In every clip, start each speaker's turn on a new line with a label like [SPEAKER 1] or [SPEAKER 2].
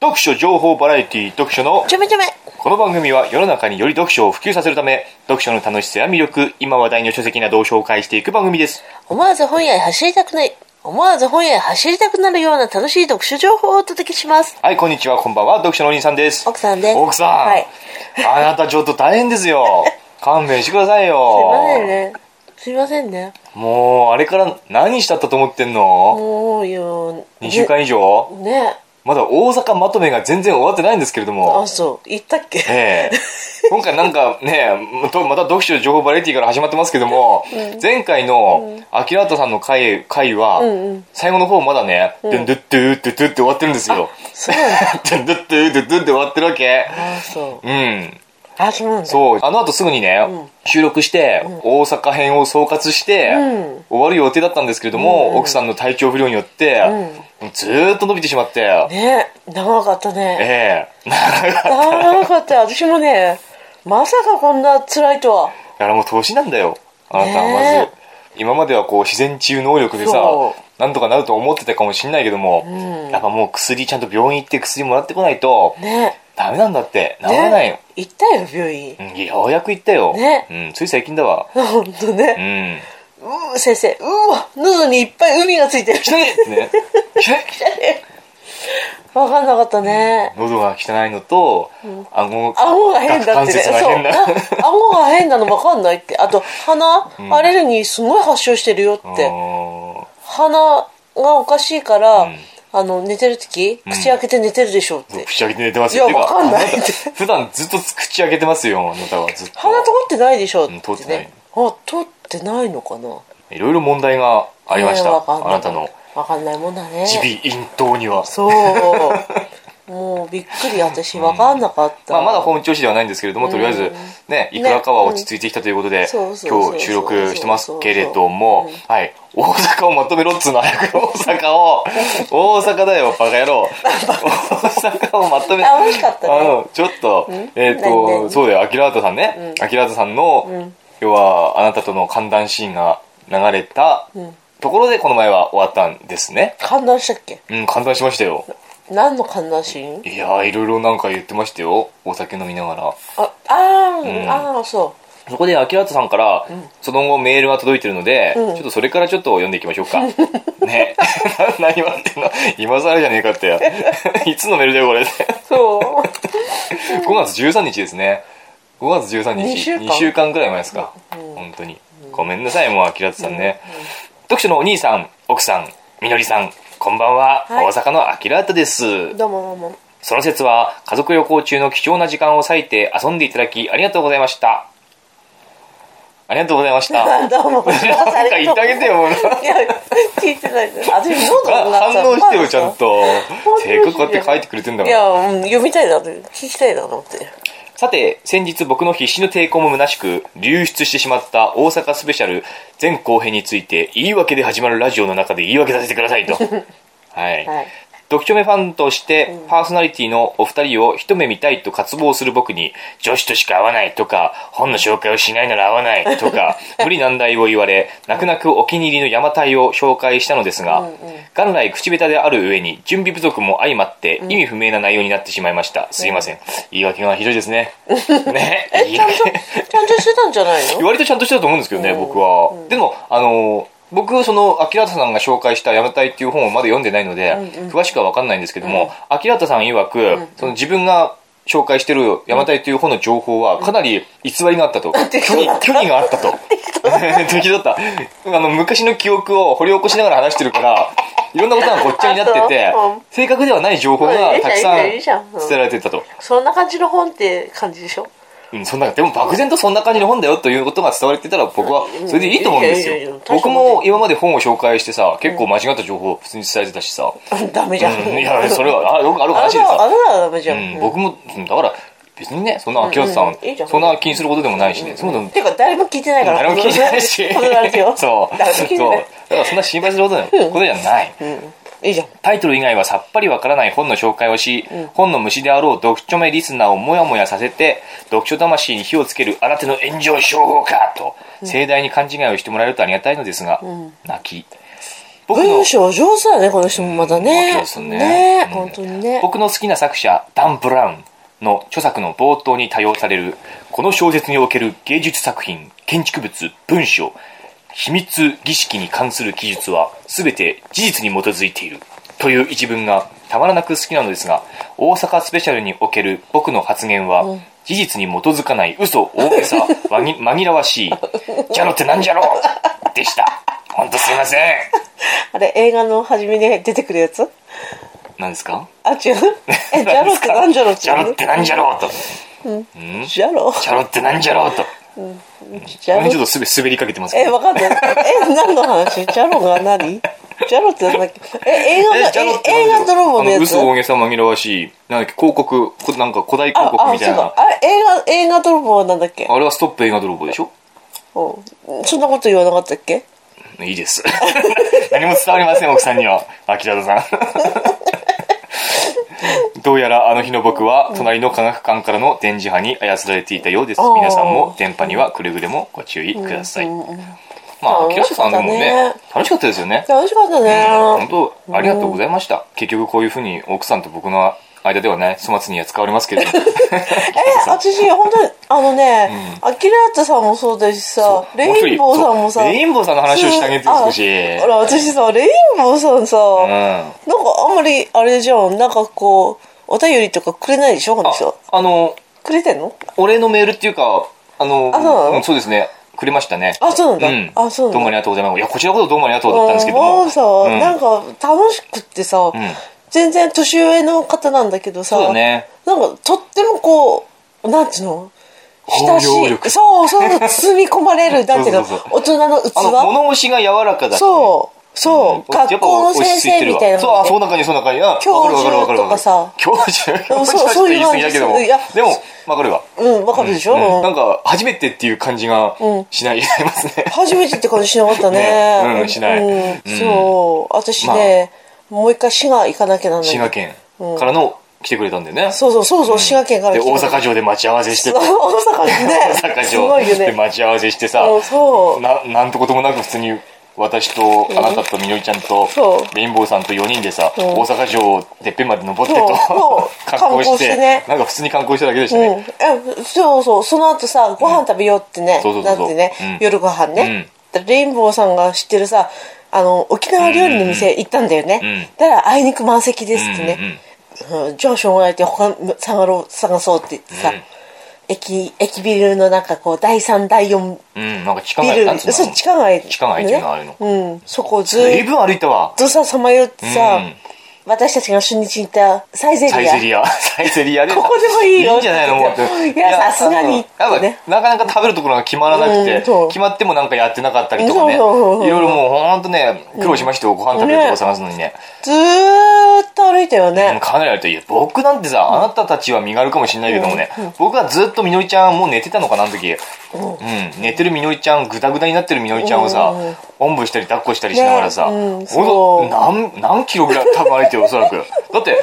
[SPEAKER 1] 読書情報バラエティ読書の
[SPEAKER 2] ちょめちょめ
[SPEAKER 1] この番組は世の中により読書を普及させるため読書の楽しさや魅力今話題の書籍などを紹介していく番組です
[SPEAKER 2] 思わず本屋へ走りたくない思わず本屋へ走りたくなるような楽しい読書情報をお届けします
[SPEAKER 1] はいこんにちはこんばんは読書のお兄さんです
[SPEAKER 2] 奥さんです
[SPEAKER 1] 奥さん、
[SPEAKER 2] はい
[SPEAKER 1] あなたちょっと大変です よ勘弁してください
[SPEAKER 2] すい
[SPEAKER 1] よ
[SPEAKER 2] ませんねすいませんね
[SPEAKER 1] もうあれから何したったと思ってんの、
[SPEAKER 2] もうよ
[SPEAKER 1] 2週間以上
[SPEAKER 2] ねね
[SPEAKER 1] まだ大阪まとめが全然終わってないんですけれども
[SPEAKER 2] あそう言ったっけ
[SPEAKER 1] ええ今回なんかねとまた読書情報バラエティから始まってますけども、前回の秋元さんの回回は、
[SPEAKER 2] んうん
[SPEAKER 1] 最後の方まだね「ドゥンドゥッドゥッドゥッドゥ」って終わってるんですよ
[SPEAKER 2] そうなんだ
[SPEAKER 1] 「ドゥンドゥッドゥッドゥッドゥ」って終わってるわけ
[SPEAKER 2] あそ
[SPEAKER 1] うん
[SPEAKER 2] うあそうなんだ
[SPEAKER 1] そうあの後すぐにね、収録して、大阪編を総括して、
[SPEAKER 2] うん
[SPEAKER 1] 終わる予定だったんですけれども、奥さんの体調不良によって、ずーっと伸びてしまって、
[SPEAKER 2] ね長かったね
[SPEAKER 1] ええ
[SPEAKER 2] 長かった私もねまさかこんな辛いとは
[SPEAKER 1] あれもう年なんだよあなたはまず、
[SPEAKER 2] ね
[SPEAKER 1] 今まではこう自然治癒能力でさ
[SPEAKER 2] そ
[SPEAKER 1] なんとかなると思ってたかもしんないけども、
[SPEAKER 2] ん
[SPEAKER 1] やっぱもう薬ちゃんと病院行って薬もらってこないと
[SPEAKER 2] ね
[SPEAKER 1] ダメなんだって治
[SPEAKER 2] ね
[SPEAKER 1] らないよ、
[SPEAKER 2] 行ったよ病院
[SPEAKER 1] うんようやく行ったよ、
[SPEAKER 2] ね
[SPEAKER 1] うん、つい最近だわ
[SPEAKER 2] 本当
[SPEAKER 1] う
[SPEAKER 2] ね
[SPEAKER 1] ん
[SPEAKER 2] うー先生うわ喉にいっぱい海がついてる
[SPEAKER 1] 汚いってね
[SPEAKER 2] 分かんなかったね
[SPEAKER 1] 喉が汚いのと、顎
[SPEAKER 2] 顎が変だってね
[SPEAKER 1] 顎関節が変だ
[SPEAKER 2] そうあ顎が変なの分かんないってあと鼻、アレルギーすごい発症してるよって鼻がおかしいから、
[SPEAKER 1] ん
[SPEAKER 2] あの寝てる時口開けて寝てるでしょうって、
[SPEAKER 1] 口開けて寝てます
[SPEAKER 2] い
[SPEAKER 1] よ
[SPEAKER 2] やわかんないって
[SPEAKER 1] てかあなた普段ずっと口開けてますよあなたはずっと
[SPEAKER 2] 鼻通ってないでしょうって、ね
[SPEAKER 1] うん通ってない
[SPEAKER 2] あ通ってないのかない
[SPEAKER 1] ろいろ問題がありました、
[SPEAKER 2] ねわかんい
[SPEAKER 1] あなたの
[SPEAKER 2] わかんないもんだね
[SPEAKER 1] 耳鼻咽頭には
[SPEAKER 2] そうもうびっく り私分かんなかった、
[SPEAKER 1] まあ、まだ本調子ではないんですけれども、とりあえず、ね、いくらかは落ち着いてきたということで、
[SPEAKER 2] んそうそうそうそう
[SPEAKER 1] 今日収録してますけれども、はい、大阪をまとめろっつうの、早く大阪 を、大阪だよ、バカ野郎。大阪をまとめ、
[SPEAKER 2] あ美味しかったね
[SPEAKER 1] あの、ちょっと、えっ、
[SPEAKER 2] 何
[SPEAKER 1] と、
[SPEAKER 2] 々
[SPEAKER 1] そうだよ、アキラートさんね、アキラートさんの、要は、あなたとの寒暖シーンが流れた、ところでこの前は終わったんですね。
[SPEAKER 2] 観覧したっけ
[SPEAKER 1] うん、簡単しましたよ。
[SPEAKER 2] 何の観覧シーン
[SPEAKER 1] いやー、いろいろなんか言ってましたよ。お酒飲みながら。
[SPEAKER 2] ああー、あーそ
[SPEAKER 1] そこで秋元さんから、その後メールが届いてるので、
[SPEAKER 2] うん
[SPEAKER 1] ちょっとそれからちょっと読んでいきましょう か。ね。 な何笑ってんの今更じゃねえかって。 いつのメールだよ、これ。
[SPEAKER 2] うそう
[SPEAKER 1] 5月13日ですね。5月13日。
[SPEAKER 2] 二週間
[SPEAKER 1] 二くらい前ですか。本当に。ごめんなさい、もう秋元さんね。読書のお兄さん、奥さん、みのりさん、こんばんは。
[SPEAKER 2] はい
[SPEAKER 1] 大阪の秋元です。
[SPEAKER 2] どうもどうも
[SPEAKER 1] その説は家族旅行中の貴重な時間を割いて遊んでいただきありがとうございました。ありがとうございまし た。
[SPEAKER 2] あどうもごめん
[SPEAKER 1] なんか言ってあげてよ、 もう。
[SPEAKER 2] いや聞いてないです私喉が鳴っちゃ
[SPEAKER 1] 反
[SPEAKER 2] う
[SPEAKER 1] 応してよ、ちゃんと
[SPEAKER 2] 反応。して
[SPEAKER 1] せっ
[SPEAKER 2] よ
[SPEAKER 1] かくこうやって書いてくれてんだ
[SPEAKER 2] い
[SPEAKER 1] から。
[SPEAKER 2] や、うん、読みたいなと聞きたいなと思って
[SPEAKER 1] さて、先日僕の必死の抵抗も虚しく、流出してしまった大阪スペシャル前後編について、言い訳で始まるラジオの中で言い訳させてくだ さいと。はい。
[SPEAKER 2] はい
[SPEAKER 1] 読書目ファンとしてパーソナリティのお二人を一目見たいと渇望する僕に女子としか会わないとか本の紹介をしないなら会わないと か無理難題を言われ泣く泣くお気に入りの山体を紹介したのですが、
[SPEAKER 2] うんうん
[SPEAKER 1] 元来口下手である上に準備不足も相まって意味不明な内容になってしまいました、すいません言い訳がひどいです ねね言い
[SPEAKER 2] ちゃんと
[SPEAKER 1] 訳
[SPEAKER 2] ちゃんとしてたんじゃないの
[SPEAKER 1] 割とちゃんとしてたと思うんですけどね、
[SPEAKER 2] うん
[SPEAKER 1] 僕は、でもあの僕その秋田さんが紹介した「やめたい」っていう本をまだ読んでないので、詳しくは分かんないんですけども、秋田さん曰く、その自分が紹介してる「やめたい」という本の情報はかなり偽りがあったと、虚偽虚偽があった と適当だったあの昔の記憶を掘り起こしながら話してるからいろんなことがごっちゃになってて
[SPEAKER 2] あそううん
[SPEAKER 1] 正確ではない情報がたくさん
[SPEAKER 2] いいじゃんいいじゃんいいじゃんうん
[SPEAKER 1] 捨てられてたと。
[SPEAKER 2] そんな感じの本って感じでしょ
[SPEAKER 1] うん、そんな、でも漠然とそんな感じの本だよということが伝われてたら僕はそれでいいと思うんです
[SPEAKER 2] いやいやい
[SPEAKER 1] よ
[SPEAKER 2] や。
[SPEAKER 1] 僕も今まで本を紹介してさ、結構間違った情報を普通に伝えてたしさ。
[SPEAKER 2] ダメじゃん、
[SPEAKER 1] うん、いや、それは、あ、よくある
[SPEAKER 2] あな
[SPEAKER 1] 話で
[SPEAKER 2] たあ
[SPEAKER 1] さ。
[SPEAKER 2] なたはダメじゃ、
[SPEAKER 1] うんん、
[SPEAKER 2] うん
[SPEAKER 1] 僕も、うんだから別にね、そんな秋元さ
[SPEAKER 2] うん
[SPEAKER 1] ん
[SPEAKER 2] うんいいじゃ、ん
[SPEAKER 1] そんな気にすることでもないしね。そんな
[SPEAKER 2] てか誰も聞いてないから
[SPEAKER 1] 誰も聞いてないし。
[SPEAKER 2] このラジオ
[SPEAKER 1] そう。
[SPEAKER 2] 誰も聞いて
[SPEAKER 1] そう。
[SPEAKER 2] な
[SPEAKER 1] だ
[SPEAKER 2] い
[SPEAKER 1] からそんな心配することじゃことじゃない。
[SPEAKER 2] いいじゃん
[SPEAKER 1] タイトル以外はさっぱりわからない本の紹介をし、本の虫であろう読書目リスナーをもやもやさせて、読書魂に火をつけるあなたの炎上商法かと、盛大に勘違いをしてもらえるとありがたいのですが、泣き。僕の
[SPEAKER 2] 文章上手だねこの人もまだね
[SPEAKER 1] 上手ですねうん
[SPEAKER 2] 本当にね
[SPEAKER 1] 僕の好きな作者ダン・ブラウンの著作の冒頭に多用されるこの小説における芸術作品建築物文章秘密儀式に関する記述は全て事実に基づいているという一文がたまらなく好きなのですが大阪スペシャルにおける僕の発言は、事実に基づかない嘘大げ さわぎ紛らわしいじゃろってなんじゃろでした本当すいません
[SPEAKER 2] あれ映画の初めに出てくるやつ
[SPEAKER 1] 何ですか
[SPEAKER 2] あ違うえジャロってなんじゃろ
[SPEAKER 1] じゃろってなんじゃろとうん
[SPEAKER 2] ジャロ
[SPEAKER 1] じゃろってなんじゃろと
[SPEAKER 2] ジ
[SPEAKER 1] ごめん
[SPEAKER 2] ャ
[SPEAKER 1] ちょ
[SPEAKER 2] ロ
[SPEAKER 1] っとすべ滑りかけてますけ
[SPEAKER 2] え
[SPEAKER 1] ど
[SPEAKER 2] わかんないえ何の話ジャロが何ジャロってなんだっけえ映画の
[SPEAKER 1] えじゃろって
[SPEAKER 2] え映
[SPEAKER 1] なん
[SPEAKER 2] 画
[SPEAKER 1] じゃろ
[SPEAKER 2] 泥棒の
[SPEAKER 1] あ
[SPEAKER 2] や
[SPEAKER 1] の
[SPEAKER 2] つ
[SPEAKER 1] 嘘大げさ紛らわしいなんだっけ広告こなんか古代
[SPEAKER 2] あ
[SPEAKER 1] 広告
[SPEAKER 2] あ
[SPEAKER 1] みた
[SPEAKER 2] そ
[SPEAKER 1] いうな
[SPEAKER 2] かあれ映画映画泥棒はなんだっけ
[SPEAKER 1] あれはストップ映画泥棒で しょ
[SPEAKER 2] うんそんなこと言わなかったっけ
[SPEAKER 1] いいです 何も伝わりません奥さんには秋田 さんどうやらあの日の僕は隣の科学館からの電磁波に操られていたようです
[SPEAKER 2] あー
[SPEAKER 1] 皆さんも電波にはくれぐれもご注意ください、まあ
[SPEAKER 2] 楽
[SPEAKER 1] 秋田
[SPEAKER 2] しか
[SPEAKER 1] さ
[SPEAKER 2] っ
[SPEAKER 1] んで
[SPEAKER 2] たね
[SPEAKER 1] もね楽しかったですよね
[SPEAKER 2] 楽しかったね
[SPEAKER 1] 本当ありがとうございました、結局こういうふうに奥さんと僕の間ではね粗末に扱われますけれども
[SPEAKER 2] え私本当にあのね、アキラータさんもそうだしさ
[SPEAKER 1] もう一人
[SPEAKER 2] レインボーさんもさ
[SPEAKER 1] そうレインボーさんの話をしてあげてよ
[SPEAKER 2] あ
[SPEAKER 1] 少し
[SPEAKER 2] あら私さレインボーさんさ、
[SPEAKER 1] うんあ
[SPEAKER 2] なんかあんまりあれじゃんなんかこうお便りとかくれないでしょこの人
[SPEAKER 1] あの
[SPEAKER 2] くれてんの
[SPEAKER 1] お礼のメールっていうかあの
[SPEAKER 2] あそうなの
[SPEAKER 1] んそうですねくれましたね
[SPEAKER 2] あそうなんだ、
[SPEAKER 1] うん
[SPEAKER 2] あそう
[SPEAKER 1] どうも
[SPEAKER 2] な
[SPEAKER 1] ありが
[SPEAKER 2] んだ
[SPEAKER 1] とうございますいやこちらこそどうもありがとうだったんですけども
[SPEAKER 2] うんうさ、
[SPEAKER 1] うん
[SPEAKER 2] なんか楽しくってさ、
[SPEAKER 1] うん
[SPEAKER 2] 全然年上の方なんだけどさ
[SPEAKER 1] そうだね
[SPEAKER 2] なんかとってもこうなんていうの親し
[SPEAKER 1] 包容
[SPEAKER 2] い
[SPEAKER 1] 力
[SPEAKER 2] そうそう包み込まれるなんていうの
[SPEAKER 1] そうそう
[SPEAKER 2] 大人の器
[SPEAKER 1] あの物腰が柔らかだ
[SPEAKER 2] そうそう、
[SPEAKER 1] うん
[SPEAKER 2] 学校の先生みたいな
[SPEAKER 1] そうあそ
[SPEAKER 2] の
[SPEAKER 1] うな感じそうな感じあ
[SPEAKER 2] 教
[SPEAKER 1] わかるわかるわかるわかる
[SPEAKER 2] 授とかさ
[SPEAKER 1] 教授教
[SPEAKER 2] うんそう
[SPEAKER 1] 授はちょっと言い過ぎだけども
[SPEAKER 2] そういう感じ
[SPEAKER 1] でもわかるわ
[SPEAKER 2] でうんわかるでしょ、
[SPEAKER 1] うん
[SPEAKER 2] うん
[SPEAKER 1] なんか初めてっていう感じが
[SPEAKER 2] うん
[SPEAKER 1] しない、ありますね
[SPEAKER 2] 初めてって感じしなかったね
[SPEAKER 1] ねうんしない
[SPEAKER 2] うん
[SPEAKER 1] うん
[SPEAKER 2] そう私ね、もう一回滋賀行かなきゃなのに
[SPEAKER 1] 滋賀県からの来てくれたんだよね、
[SPEAKER 2] そうそうそうそう、滋賀県から
[SPEAKER 1] で
[SPEAKER 2] 来て
[SPEAKER 1] 大阪城で待ち合わせして大
[SPEAKER 2] 大阪 にね
[SPEAKER 1] 阪
[SPEAKER 2] すごいよ
[SPEAKER 1] 城で
[SPEAKER 2] ね
[SPEAKER 1] 待ち合わせしてさ
[SPEAKER 2] うんそう
[SPEAKER 1] ななんとこともなく普通に私とあなたとみのりちゃんと
[SPEAKER 2] そう
[SPEAKER 1] レインボーさんと4人でさ
[SPEAKER 2] うん
[SPEAKER 1] 大阪城をてっぺんまで登って
[SPEAKER 2] そ
[SPEAKER 1] と
[SPEAKER 2] うそう
[SPEAKER 1] 観光して
[SPEAKER 2] 観光してね
[SPEAKER 1] なんか普通に観光しただけでした
[SPEAKER 2] う
[SPEAKER 1] ね、
[SPEAKER 2] ん、えそうそうその後さご飯食べようってね、
[SPEAKER 1] そうそうそ
[SPEAKER 2] な
[SPEAKER 1] うんそう
[SPEAKER 2] てね、
[SPEAKER 1] うん
[SPEAKER 2] 夜ご飯ね、でレインボーさんが知ってるさあの沖縄料理の店行ったんだよね、
[SPEAKER 1] うん
[SPEAKER 2] だからあいにく満席ですって
[SPEAKER 1] うんうんうん
[SPEAKER 2] ね、うんじゃあしょうがないって他の探ろう探そうって言ってさ、
[SPEAKER 1] うん
[SPEAKER 2] 駅駅ビルのなんかこう第3第4
[SPEAKER 1] うんなんか地下
[SPEAKER 2] ビ
[SPEAKER 1] 街
[SPEAKER 2] ル
[SPEAKER 1] なんつうの
[SPEAKER 2] そう地下街
[SPEAKER 1] 地下街っていうのはあるの
[SPEAKER 2] うん、そこをず
[SPEAKER 1] 随
[SPEAKER 2] ーっ
[SPEAKER 1] 分歩いたわ
[SPEAKER 2] とささまよってさ、
[SPEAKER 1] うん
[SPEAKER 2] 私たちが初日に行ったサイゼリ
[SPEAKER 1] サイ
[SPEAKER 2] ア
[SPEAKER 1] ゼリ アサイゼリアで
[SPEAKER 2] ここでもいいよ
[SPEAKER 1] いんじゃないのもう
[SPEAKER 2] いやさすがに
[SPEAKER 1] あのやっぱなかなか食べるところが決まらなくて
[SPEAKER 2] うんそう
[SPEAKER 1] 決まってもなんかやってなかったりとかねい
[SPEAKER 2] そうそうそうそう
[SPEAKER 1] ろいろもうほんとね苦労しましたよご飯食べるとこ探すのにね
[SPEAKER 2] ずーっと歩いたよね、
[SPEAKER 1] うんかなりあるといや僕なんてさあなたたちは身軽かもしれないけどもね、僕はずっとみのりちゃんもう寝てたのかなあの時、うん寝てるみのりちゃんグダグダになってるみのりちゃんをさ、おんぶしたり抱っこしたりしながらさ、
[SPEAKER 2] ねうん
[SPEAKER 1] ほんと何何キロぐらい多分歩いてるおそらくだって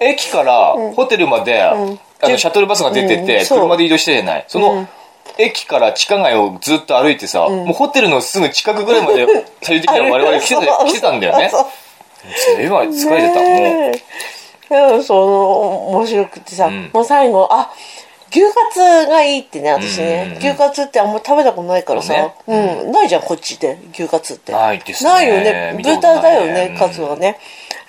[SPEAKER 1] 駅からホテルまで、あのシャトルバスが出てて、
[SPEAKER 2] うんそう
[SPEAKER 1] 車で移動してじゃないその、駅から地下街をずっと歩いてさ、もうホテルのすぐ近くぐらいまで最終的には我々来てた来てたんだよね
[SPEAKER 2] そう
[SPEAKER 1] 随分疲れてた、もう
[SPEAKER 2] ねえうんその面白くてさ、
[SPEAKER 1] ん
[SPEAKER 2] もう最後あ牛カツがいいってね私ね、
[SPEAKER 1] うんうんうん
[SPEAKER 2] 牛カツってあんま食べたことないからさ、
[SPEAKER 1] そう
[SPEAKER 2] うん、ないじゃんこっちで牛カツって
[SPEAKER 1] ないですね
[SPEAKER 2] ないよね
[SPEAKER 1] 見たことない
[SPEAKER 2] 豚だよね
[SPEAKER 1] うん
[SPEAKER 2] カツはね、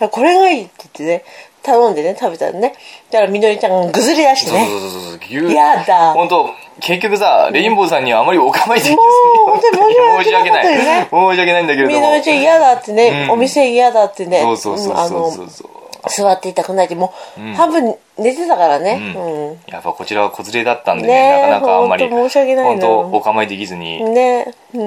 [SPEAKER 2] これがいいって言ってね頼んでね食べたらねだからみのりちゃんがぐずり出して
[SPEAKER 1] そう
[SPEAKER 2] ね
[SPEAKER 1] そうそうそうそう牛
[SPEAKER 2] やだ
[SPEAKER 1] 本当結局さレインボーさんにはあまりお構いできずに
[SPEAKER 2] もう
[SPEAKER 1] 本当に
[SPEAKER 2] 本当に
[SPEAKER 1] 申し訳な
[SPEAKER 2] 申し訳ない
[SPEAKER 1] い申し訳ないんだけれど
[SPEAKER 2] みのりちゃん
[SPEAKER 1] も
[SPEAKER 2] 嫌だってね、
[SPEAKER 1] うん
[SPEAKER 2] お店嫌だってね
[SPEAKER 1] そうそう
[SPEAKER 2] う
[SPEAKER 1] そ
[SPEAKER 2] んあの
[SPEAKER 1] うそうそう
[SPEAKER 2] 座っていたくないってもう、半分寝てたからね、うん
[SPEAKER 1] やっぱこちらは子連れだったんで
[SPEAKER 2] ね
[SPEAKER 1] ね
[SPEAKER 2] え
[SPEAKER 1] なかなかあんまり
[SPEAKER 2] 本当申し訳ない
[SPEAKER 1] 本
[SPEAKER 2] な
[SPEAKER 1] 当お構いできずに
[SPEAKER 2] ねう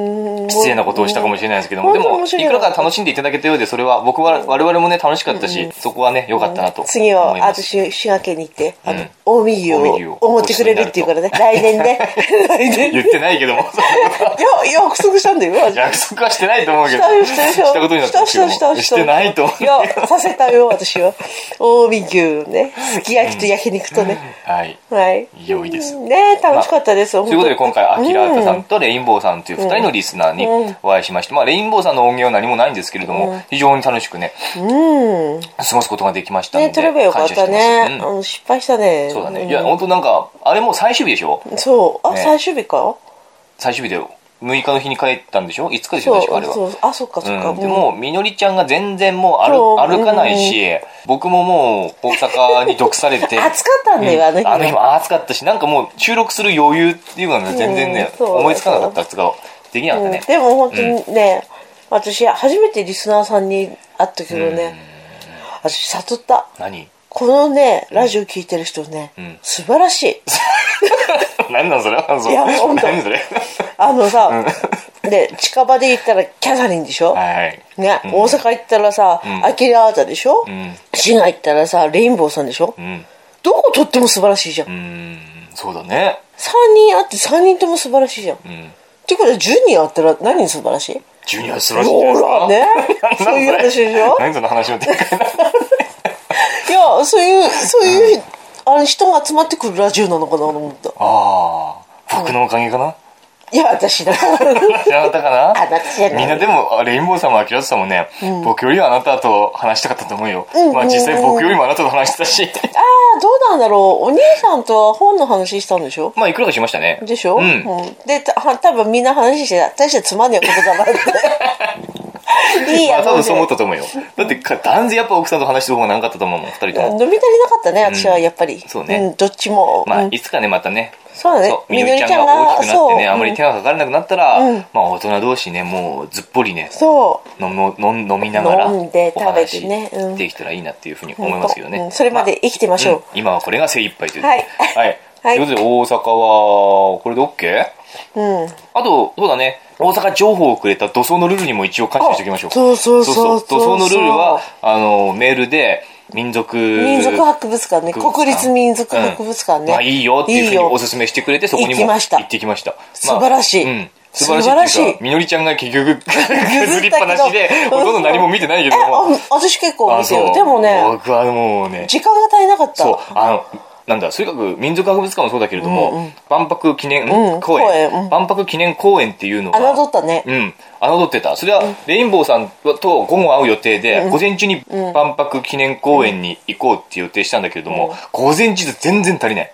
[SPEAKER 2] ん
[SPEAKER 1] 失礼なことをしたかもしれないですけども
[SPEAKER 2] うん
[SPEAKER 1] でも
[SPEAKER 2] 本当申
[SPEAKER 1] い
[SPEAKER 2] し
[SPEAKER 1] く
[SPEAKER 2] 訳な
[SPEAKER 1] ら
[SPEAKER 2] い
[SPEAKER 1] か楽しんでいただけたようでそれは僕は我々もね楽しかったしそこはね良かったなと
[SPEAKER 2] 次
[SPEAKER 1] 思い
[SPEAKER 2] は
[SPEAKER 1] ま
[SPEAKER 2] 私
[SPEAKER 1] す
[SPEAKER 2] 滋賀県に行ってあ
[SPEAKER 1] うん
[SPEAKER 2] の近
[SPEAKER 1] 近
[SPEAKER 2] 江牛
[SPEAKER 1] 江牛
[SPEAKER 2] を
[SPEAKER 1] を
[SPEAKER 2] おごってくれるっていうからね来年ね 来年
[SPEAKER 1] 言ってないけども
[SPEAKER 2] いや約束したんだよ私
[SPEAKER 1] 約束はしてないと思うけど
[SPEAKER 2] したよしたよ
[SPEAKER 1] したことになってますけども
[SPEAKER 2] したしたしたした
[SPEAKER 1] してないと思う
[SPEAKER 2] いやさせたよ私はよ近江牛ねすき焼きと焼肉とね
[SPEAKER 1] はい
[SPEAKER 2] はい
[SPEAKER 1] 良いです
[SPEAKER 2] ね楽しかったです、
[SPEAKER 1] ということで今回、アキラータさ
[SPEAKER 2] うん
[SPEAKER 1] とレインボーさんという2人のリスナーに
[SPEAKER 2] うん
[SPEAKER 1] お会いしまして、まあ、レインボーさんの音源は何もないんですけれども、非常に楽しくね、
[SPEAKER 2] うん
[SPEAKER 1] 過ごすことができましたの
[SPEAKER 2] ね
[SPEAKER 1] で、
[SPEAKER 2] 取ればよかった
[SPEAKER 1] 感謝して
[SPEAKER 2] ね
[SPEAKER 1] ますうん
[SPEAKER 2] うん失敗したね
[SPEAKER 1] そうだね。
[SPEAKER 2] ん
[SPEAKER 1] いや、本当なんか、あれもう最終日でしょ
[SPEAKER 2] そうあ
[SPEAKER 1] ね
[SPEAKER 2] 最終日か
[SPEAKER 1] 最終日だよ。6日の日に帰ったんでしょ ?5 日でしょ
[SPEAKER 2] そう
[SPEAKER 1] 確かあれは。
[SPEAKER 2] そうあそっかそっか
[SPEAKER 1] うん、でも、みのりちゃんが全然もう歩
[SPEAKER 2] そう
[SPEAKER 1] 歩かないし、僕ももう大阪に毒されて。
[SPEAKER 2] 暑かったんだよあの日
[SPEAKER 1] あの日も暑かったし、なんかもう収録する余裕っていうのが全然ね
[SPEAKER 2] う、んそう
[SPEAKER 1] 思いつかなかったつうか、できなかった
[SPEAKER 2] うん
[SPEAKER 1] ね。
[SPEAKER 2] でも本当にね、私初めてリスナーさんに会ったけどね、私悟った
[SPEAKER 1] 何
[SPEAKER 2] このねラジオ聞いてる人ね、
[SPEAKER 1] ん
[SPEAKER 2] 素晴らし い
[SPEAKER 1] 何なんそれ何そ
[SPEAKER 2] い
[SPEAKER 1] れ
[SPEAKER 2] や本当
[SPEAKER 1] 何それ
[SPEAKER 2] あのさ、で近場で行ったらキャサリンでしょ、
[SPEAKER 1] はいはい。
[SPEAKER 2] ね、大阪行ったらさ、
[SPEAKER 1] ん
[SPEAKER 2] アキラータでしょ、
[SPEAKER 1] ん
[SPEAKER 2] 滋賀行ったらさレインボーさんでしょ、
[SPEAKER 1] うん。
[SPEAKER 2] どこ撮っても素晴らしいじゃん、
[SPEAKER 1] うーん、そうだね。
[SPEAKER 2] 3人会って3人とも素晴らしいじゃん、
[SPEAKER 1] うん。
[SPEAKER 2] ってことは10人会ったら何人素晴らしい
[SPEAKER 1] ジュニア素晴らしいん じゃないで
[SPEAKER 2] ほ
[SPEAKER 1] す
[SPEAKER 2] ら
[SPEAKER 1] か。
[SPEAKER 2] ねそういう話でしょ
[SPEAKER 1] 何その話の展開な
[SPEAKER 2] いやそういうそういう、あの人が集まってくるラジオなのかなと思った
[SPEAKER 1] ああ、僕のおかげかな、
[SPEAKER 2] いや私だ
[SPEAKER 1] あなたかな
[SPEAKER 2] あなたじゃない
[SPEAKER 1] みんなでも、あレインボーさんもアキラさんもね、僕よりはあなたと話したかったと思うよ。
[SPEAKER 2] うん
[SPEAKER 1] まあ実際僕よりもあなたと話してたし。
[SPEAKER 2] ああどうなんだろうお兄さんとは本の話したんでしょ
[SPEAKER 1] まあいくらかしましたね。
[SPEAKER 2] でしょ、
[SPEAKER 1] うん
[SPEAKER 2] でたは多分みんな話して大してつまんねえことだ なっていい
[SPEAKER 1] ま
[SPEAKER 2] や
[SPEAKER 1] あ多分そう思っ
[SPEAKER 2] と
[SPEAKER 1] たと思うよ。だってか、断然やっぱ奥さんと話してる方が長かったと思うもん、二人とも。
[SPEAKER 2] 飲み足りなかったね私はやっぱり、うん、
[SPEAKER 1] そうね
[SPEAKER 2] どっちも、
[SPEAKER 1] まあ
[SPEAKER 2] うん
[SPEAKER 1] いつかね、またね。
[SPEAKER 2] そうだね
[SPEAKER 1] みのりちゃん
[SPEAKER 2] みのり
[SPEAKER 1] が大きくなってね、
[SPEAKER 2] そう
[SPEAKER 1] あまり手がかからなくなったら、
[SPEAKER 2] うん
[SPEAKER 1] まあ大人同士ね、もうずっぽりね、
[SPEAKER 2] そう
[SPEAKER 1] 飲む飲ん飲みながら
[SPEAKER 2] 飲んで
[SPEAKER 1] お話
[SPEAKER 2] 食べてねうん
[SPEAKER 1] できたらいいなっていうふうに思いますけどね、
[SPEAKER 2] うんそれまで生きてましょう、
[SPEAKER 1] あうん今はこれが精一杯ということで
[SPEAKER 2] はい
[SPEAKER 1] はい
[SPEAKER 2] はい
[SPEAKER 1] ということで大阪はこれで OK?
[SPEAKER 2] うん
[SPEAKER 1] あとそうだね大阪情報をくれた土葬のルールにも一応感謝しておきましょう
[SPEAKER 2] そうそうそうそう
[SPEAKER 1] 土葬のルールはあのメールで民族
[SPEAKER 2] 民族博物館ね
[SPEAKER 1] 博物館
[SPEAKER 2] 国立民族博物館ね、
[SPEAKER 1] まあいいよっていうふう
[SPEAKER 2] い
[SPEAKER 1] に
[SPEAKER 2] よ
[SPEAKER 1] おすすめしてくれてそこにも
[SPEAKER 2] 行きました
[SPEAKER 1] 行ってきましたまあ
[SPEAKER 2] 素晴らしい
[SPEAKER 1] うん素晴らしいっていうか
[SPEAKER 2] 素晴らしい
[SPEAKER 1] みのりちゃんが結 局
[SPEAKER 2] ず
[SPEAKER 1] 削
[SPEAKER 2] っ
[SPEAKER 1] りったぱなしで
[SPEAKER 2] けど
[SPEAKER 1] ほとんど何も見てないけ
[SPEAKER 2] え
[SPEAKER 1] ども
[SPEAKER 2] あ私結構見て
[SPEAKER 1] あそ
[SPEAKER 2] よ
[SPEAKER 1] う
[SPEAKER 2] でもね
[SPEAKER 1] 僕はもうね
[SPEAKER 2] 時間が足りなかった
[SPEAKER 1] そうあのなんだとにかく民族博物館もそうだけれども、万博記念
[SPEAKER 2] うん
[SPEAKER 1] 公園、
[SPEAKER 2] 公園うん
[SPEAKER 1] 万博記念公園っていうのが
[SPEAKER 2] 侮ったね
[SPEAKER 1] うん侮ってたそれはレインボーさんと午後会う予定で、午前中に万博記念公園に行こうって予定したんだけれども、午前中で全然足りない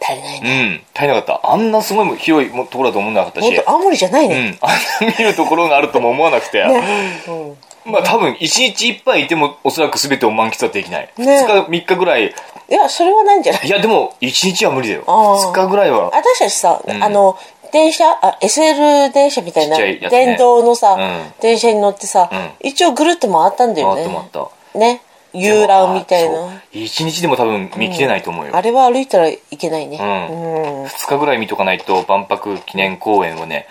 [SPEAKER 2] 足りない
[SPEAKER 1] うん
[SPEAKER 2] ね
[SPEAKER 1] 足りなかったあんなすごい広いところだと思わなかったし
[SPEAKER 2] もっと青森じゃないうね、
[SPEAKER 1] ん、あんな見るところがあるとも思わなくて、
[SPEAKER 2] ねうん
[SPEAKER 1] まあ多分1日1杯いてもおそらく全てを満喫はできない、
[SPEAKER 2] ね
[SPEAKER 1] 2日3日ぐらい
[SPEAKER 2] いやそれはないんじゃない
[SPEAKER 1] いやでも1日は無理だよ
[SPEAKER 2] あー
[SPEAKER 1] 2日ぐらいは
[SPEAKER 2] 私たちさ、
[SPEAKER 1] ん
[SPEAKER 2] あの電車あ SL 電車みたいな
[SPEAKER 1] ちっちゃいやつね
[SPEAKER 2] 電動のさ、
[SPEAKER 1] うん
[SPEAKER 2] 電車に乗ってさ、
[SPEAKER 1] う
[SPEAKER 2] 一応ぐるっと回ったんだよ
[SPEAKER 1] 回
[SPEAKER 2] ね
[SPEAKER 1] って回った
[SPEAKER 2] ね遊覧みたい
[SPEAKER 1] そう
[SPEAKER 2] な
[SPEAKER 1] 1日でも多分見切れないと思うよ、
[SPEAKER 2] あれは歩いたらいけないね、
[SPEAKER 1] うん
[SPEAKER 2] うん
[SPEAKER 1] 2日ぐらい見とかないと万博記念公園をね、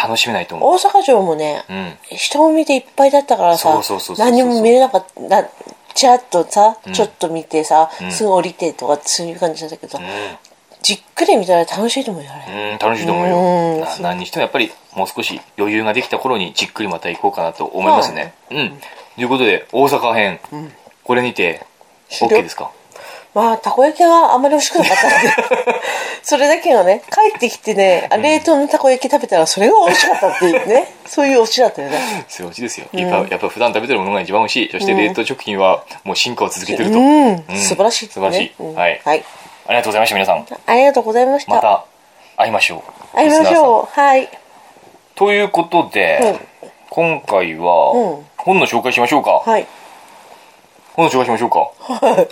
[SPEAKER 1] 楽しめないと思う
[SPEAKER 2] 大阪城もね、
[SPEAKER 1] うん
[SPEAKER 2] 人混みでいっぱいだったからさ
[SPEAKER 1] そうそうそうそうそう
[SPEAKER 2] 何も見れなかったなちらっとさ、ちょっと見てさ、すぐ降りてとかそういう感じなんだけど、じっくり見たら楽しいと思うよあれ、
[SPEAKER 1] うん楽しいと思うよ、
[SPEAKER 2] うん
[SPEAKER 1] な何にしてもやっぱりもう少し余裕ができた頃にじっくりまた行こうかなと思いますね、うんということで大阪編、これにて
[SPEAKER 2] 終
[SPEAKER 1] OK
[SPEAKER 2] 了
[SPEAKER 1] ですか
[SPEAKER 2] まあたこ焼きはあんまり美味しくなかったんで それだけがね帰ってきてねあ冷凍のたこ焼き食べたらそれが美味しかったっていうねそういうオチだったよね
[SPEAKER 1] すごい美味しいですよ、やっぱやっぱ普段食べてるものが一番美味しいそして冷凍食品はもう進化を続けてると、
[SPEAKER 2] うん、
[SPEAKER 1] うん
[SPEAKER 2] 素晴らしい、ね、
[SPEAKER 1] 素晴らしい、
[SPEAKER 2] うん
[SPEAKER 1] はい、
[SPEAKER 2] はい、
[SPEAKER 1] ありがとうございました皆さん
[SPEAKER 2] ありがとうございました
[SPEAKER 1] また会いましょう
[SPEAKER 2] 会いま
[SPEAKER 1] リスナ
[SPEAKER 2] し
[SPEAKER 1] ーさん
[SPEAKER 2] ょうはい
[SPEAKER 1] ということで、今回は
[SPEAKER 2] うん
[SPEAKER 1] 本の紹介しましょうか、
[SPEAKER 2] はい
[SPEAKER 1] 本の紹介しましょうか、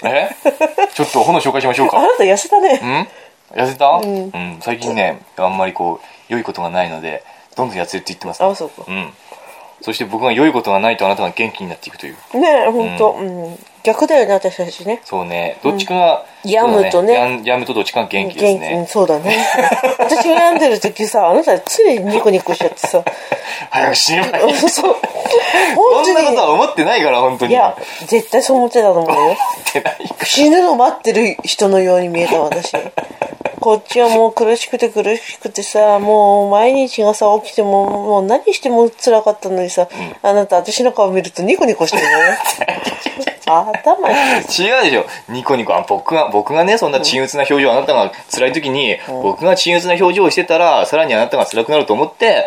[SPEAKER 1] えちょっと本の紹介しましょう
[SPEAKER 2] あ
[SPEAKER 1] か
[SPEAKER 2] なた痩せたね、
[SPEAKER 1] うん痩せた、うんん最近ねあんまりこう良いことがないのでどんどん痩せるって言ってます、ね、
[SPEAKER 2] あそうか
[SPEAKER 1] んそして僕が良いことがないとあなたが元気になっていくという
[SPEAKER 2] ねえ本当、うん逆だよね私たちね
[SPEAKER 1] そうねどっちかが、
[SPEAKER 2] うん病むとね
[SPEAKER 1] そうだやん病むとどっちかが元気です
[SPEAKER 2] 元気、う
[SPEAKER 1] ね
[SPEAKER 2] んそうだね私が病んでる時さあなた常にニコニコしちゃってさ
[SPEAKER 1] 早く死ねばいい
[SPEAKER 2] うん そう本
[SPEAKER 1] そんなこ
[SPEAKER 2] 当
[SPEAKER 1] と
[SPEAKER 2] に
[SPEAKER 1] は思ってないから本当
[SPEAKER 2] い
[SPEAKER 1] に
[SPEAKER 2] や絶対そう思ってたと思 うよ
[SPEAKER 1] 思ってない
[SPEAKER 2] 死ぬの待ってる人のように見えた私こっちはもう苦しくて苦しくてさもう毎日がさ起きてももう何しても辛かったのにさ、あなた私の顔見るとニコニコしてるのね頭いい
[SPEAKER 1] 違うでしょニコニコあ僕が僕がねそんな沈鬱な表情あなたが辛い時に、僕が沈鬱な表情をしてたらさらにあなたが辛くなると思って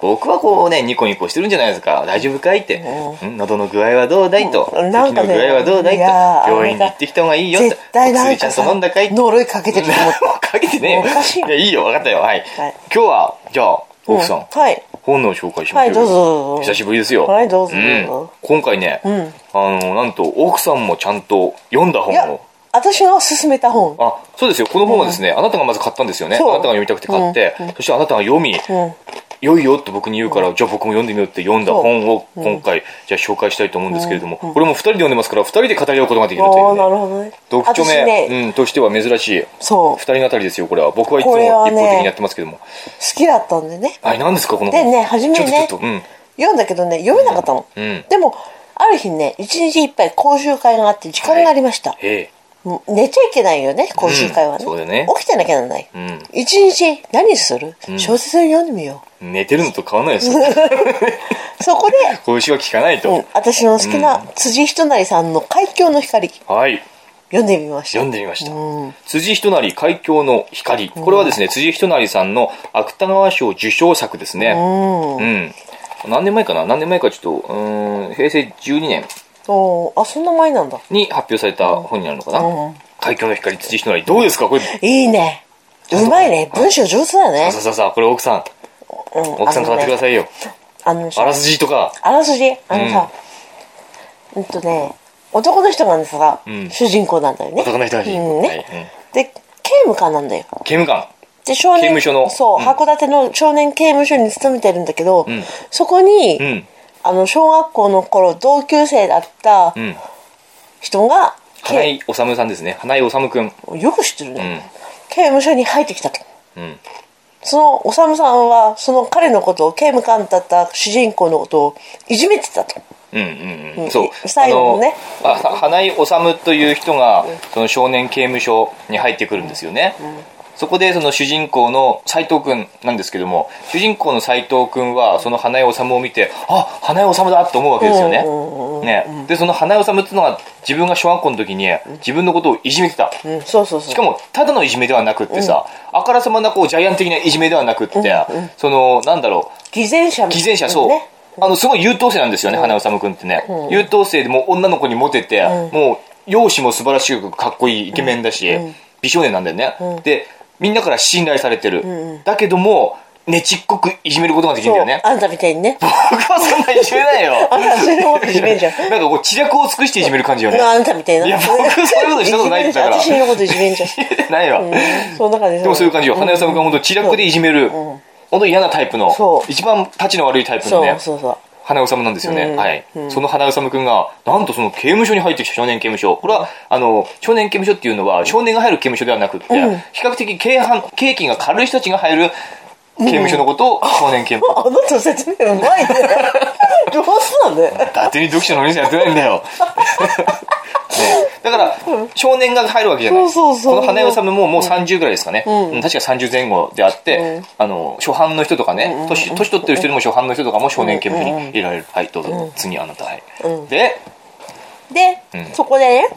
[SPEAKER 1] 僕はこうねニコニコしてるんじゃないですか大丈夫かいって、ん喉の具合はどうだいと、
[SPEAKER 2] うんなんか
[SPEAKER 1] 咳
[SPEAKER 2] ね
[SPEAKER 1] の具合はどうだいと
[SPEAKER 2] いやー
[SPEAKER 1] 病院に行ってきた方がいいよと
[SPEAKER 2] 絶対なん
[SPEAKER 1] お薬ちゃ
[SPEAKER 2] か
[SPEAKER 1] んと
[SPEAKER 2] さ
[SPEAKER 1] 飲んだかいと
[SPEAKER 2] 呪いかけてると思っ た
[SPEAKER 1] もうかけてねえよ
[SPEAKER 2] おかしい
[SPEAKER 1] やいいよ分かったよはい、
[SPEAKER 2] はい
[SPEAKER 1] 今日はじゃあ 奥さん、
[SPEAKER 2] うんはい
[SPEAKER 1] 本の紹介しましょうよ
[SPEAKER 2] はいどうぞどうぞ
[SPEAKER 1] 久しぶりですよ
[SPEAKER 2] はいどうぞ
[SPEAKER 1] ん
[SPEAKER 2] どうぞ
[SPEAKER 1] 今回ね、
[SPEAKER 2] ん
[SPEAKER 1] あのなんと奥さんもちゃんと読んだ
[SPEAKER 2] い
[SPEAKER 1] 本
[SPEAKER 2] や
[SPEAKER 1] を
[SPEAKER 2] 私が勧めた本
[SPEAKER 1] あそうですよこの本はですね、あなたがまず買ったんですよねあな
[SPEAKER 2] そう
[SPEAKER 1] たが読みたくて買って、そしてあなたが読み、
[SPEAKER 2] うん
[SPEAKER 1] 良いよって僕に言うから、じゃあ僕も読んでみようって読んだ本を今回、じゃあ紹介したいと思うんですけれども、これも2人で読んでますから2人で語り合うことができるとい
[SPEAKER 2] あ
[SPEAKER 1] う
[SPEAKER 2] あな
[SPEAKER 1] ね
[SPEAKER 2] るほどね
[SPEAKER 1] 読書
[SPEAKER 2] 私
[SPEAKER 1] 名、
[SPEAKER 2] ね
[SPEAKER 1] うん、としては珍しい
[SPEAKER 2] そう
[SPEAKER 1] 2人語りですよこれは僕はいつも
[SPEAKER 2] こ
[SPEAKER 1] 一
[SPEAKER 2] れは
[SPEAKER 1] 方
[SPEAKER 2] ね
[SPEAKER 1] 的にやってますけども、
[SPEAKER 2] 好きだったんでね
[SPEAKER 1] あれ何ですかこの
[SPEAKER 2] でね初めね
[SPEAKER 1] ちょっとちょっ
[SPEAKER 2] 読んだけどね読めなかったの、
[SPEAKER 1] うんうん
[SPEAKER 2] でもある日ね一日いっぱい講習会があって時間がありました、
[SPEAKER 1] とうんえ
[SPEAKER 2] もう寝ちゃいけないよね講習会はね,、
[SPEAKER 1] うんそうだね
[SPEAKER 2] 起きてなきゃならない、
[SPEAKER 1] ん
[SPEAKER 2] 一日何する、小説を読んでみよ
[SPEAKER 1] え寝てるのと変わらないです よ
[SPEAKER 2] うそこで、
[SPEAKER 1] こういう詩は聞かないと、
[SPEAKER 2] うん、私の好きな辻仁成さんの「海峡の光」
[SPEAKER 1] はい
[SPEAKER 2] 読んでみました
[SPEAKER 1] 読んでみました、
[SPEAKER 2] うん
[SPEAKER 1] 辻仁成海峡の光これはですね、辻仁成さんの芥川賞受賞作ですね、
[SPEAKER 2] うん
[SPEAKER 1] うん。何年前かな何年前かちょっと、うーん、平成12年
[SPEAKER 2] おーあそんな前なんだ
[SPEAKER 1] に発表された本になるのかな、
[SPEAKER 2] うん
[SPEAKER 1] 海峡の光、辻ひとなり。どうですかこれ、
[SPEAKER 2] いいねうまいね文章上手だね
[SPEAKER 1] さ、ささあこれ奥さん、
[SPEAKER 2] うん、
[SPEAKER 1] 奥さん語ってくださいよ。
[SPEAKER 2] あのねあのさ
[SPEAKER 1] あらすじとか。
[SPEAKER 2] あらすじあのさ、うん、とね男の人なんですが、
[SPEAKER 1] ん
[SPEAKER 2] 主人公なんだよね
[SPEAKER 1] 男の人が主人公
[SPEAKER 2] うんね、
[SPEAKER 1] はいうん
[SPEAKER 2] で刑務官なんだよ
[SPEAKER 1] 刑務官。
[SPEAKER 2] で少年
[SPEAKER 1] 刑務所の
[SPEAKER 2] そう、
[SPEAKER 1] うん
[SPEAKER 2] 函館の少年刑務所に勤めてるんだけど、
[SPEAKER 1] ん
[SPEAKER 2] そこに、
[SPEAKER 1] うん。
[SPEAKER 2] あの小学校の頃同級生だった
[SPEAKER 1] うん。
[SPEAKER 2] 人が、
[SPEAKER 1] 花井治さんですね。花井治くん。
[SPEAKER 2] よく知ってるね、刑務所に入ってきたと
[SPEAKER 1] うん。
[SPEAKER 2] そのおさむさんはその彼のことを刑務官だった主人公のことをいじめてたと
[SPEAKER 1] うんうんうん、そう
[SPEAKER 2] 最後のね
[SPEAKER 1] あのあは花井治という人がその少年刑務所に入ってくるんですよね、そこでその主人公の斎藤君なんですけども主人公の斎藤君はその花井治を見てあ花井治だと思うわけですよね,、
[SPEAKER 2] うんうん
[SPEAKER 1] ねでその花井治っていうのは自分が小学校の時に自分のことをいじめてた、
[SPEAKER 2] うんそうそうそう
[SPEAKER 1] しかもただのいじめではなくってさ、あからさまなこうジャイアン的ないじめではなくって、そのなんだろう
[SPEAKER 2] 偽善者みたいなね
[SPEAKER 1] 偽善者、そう。あの、すごい優等生なんですよね、花尾さむくんってね。優等生でもう女の子にモテて、もう、容姿も素晴らしくかっこいいイケメンだし、美少年なんだよね。で、みんなから信頼されてる。だけども、ねちっこくいじめることができるんだよね
[SPEAKER 2] そう。あんたみたいにね
[SPEAKER 1] 僕はそんないじめないよ。
[SPEAKER 2] あんたそれもいじめんじゃん
[SPEAKER 1] なんかこう、知略を尽く していじめる感じよね。
[SPEAKER 2] あんたみたいな。
[SPEAKER 1] いや僕そういうことしたことないんだから
[SPEAKER 2] いじめんじゃん私のことい じめんじゃん。
[SPEAKER 1] ないわ。
[SPEAKER 2] その中で。
[SPEAKER 1] でもそういう感じよ。花尾さむくんは本当知略でいじめる。本当嫌なタイプの
[SPEAKER 2] そ、う
[SPEAKER 1] 一番立ちの悪いタイプの
[SPEAKER 2] そ
[SPEAKER 1] ね
[SPEAKER 2] う。そうそ
[SPEAKER 1] 花治なんですよね、
[SPEAKER 2] うん
[SPEAKER 1] はい、その花治君がなんとその刑務所に入ってきた少年刑務所これは、あの少年刑務所っていうのは少年が入る刑務所ではなくって、比較的軽犯刑期が軽い人たちが入る刑務所のことを少年刑 務所、
[SPEAKER 2] う。あの人の説明う まいね。上手だね。
[SPEAKER 1] 伊達に読者のお兄さんやってないんだ よねだから少年が入るわけじゃない
[SPEAKER 2] そうそうそう
[SPEAKER 1] この花治ももう30ぐらいですかね、うん確か30前後であって、あの初版の人とかね、年年取ってる人でも初版の人とかも少年刑務所に入れられる、はいどうぞ、次あなたはい、で
[SPEAKER 2] で、そこでね、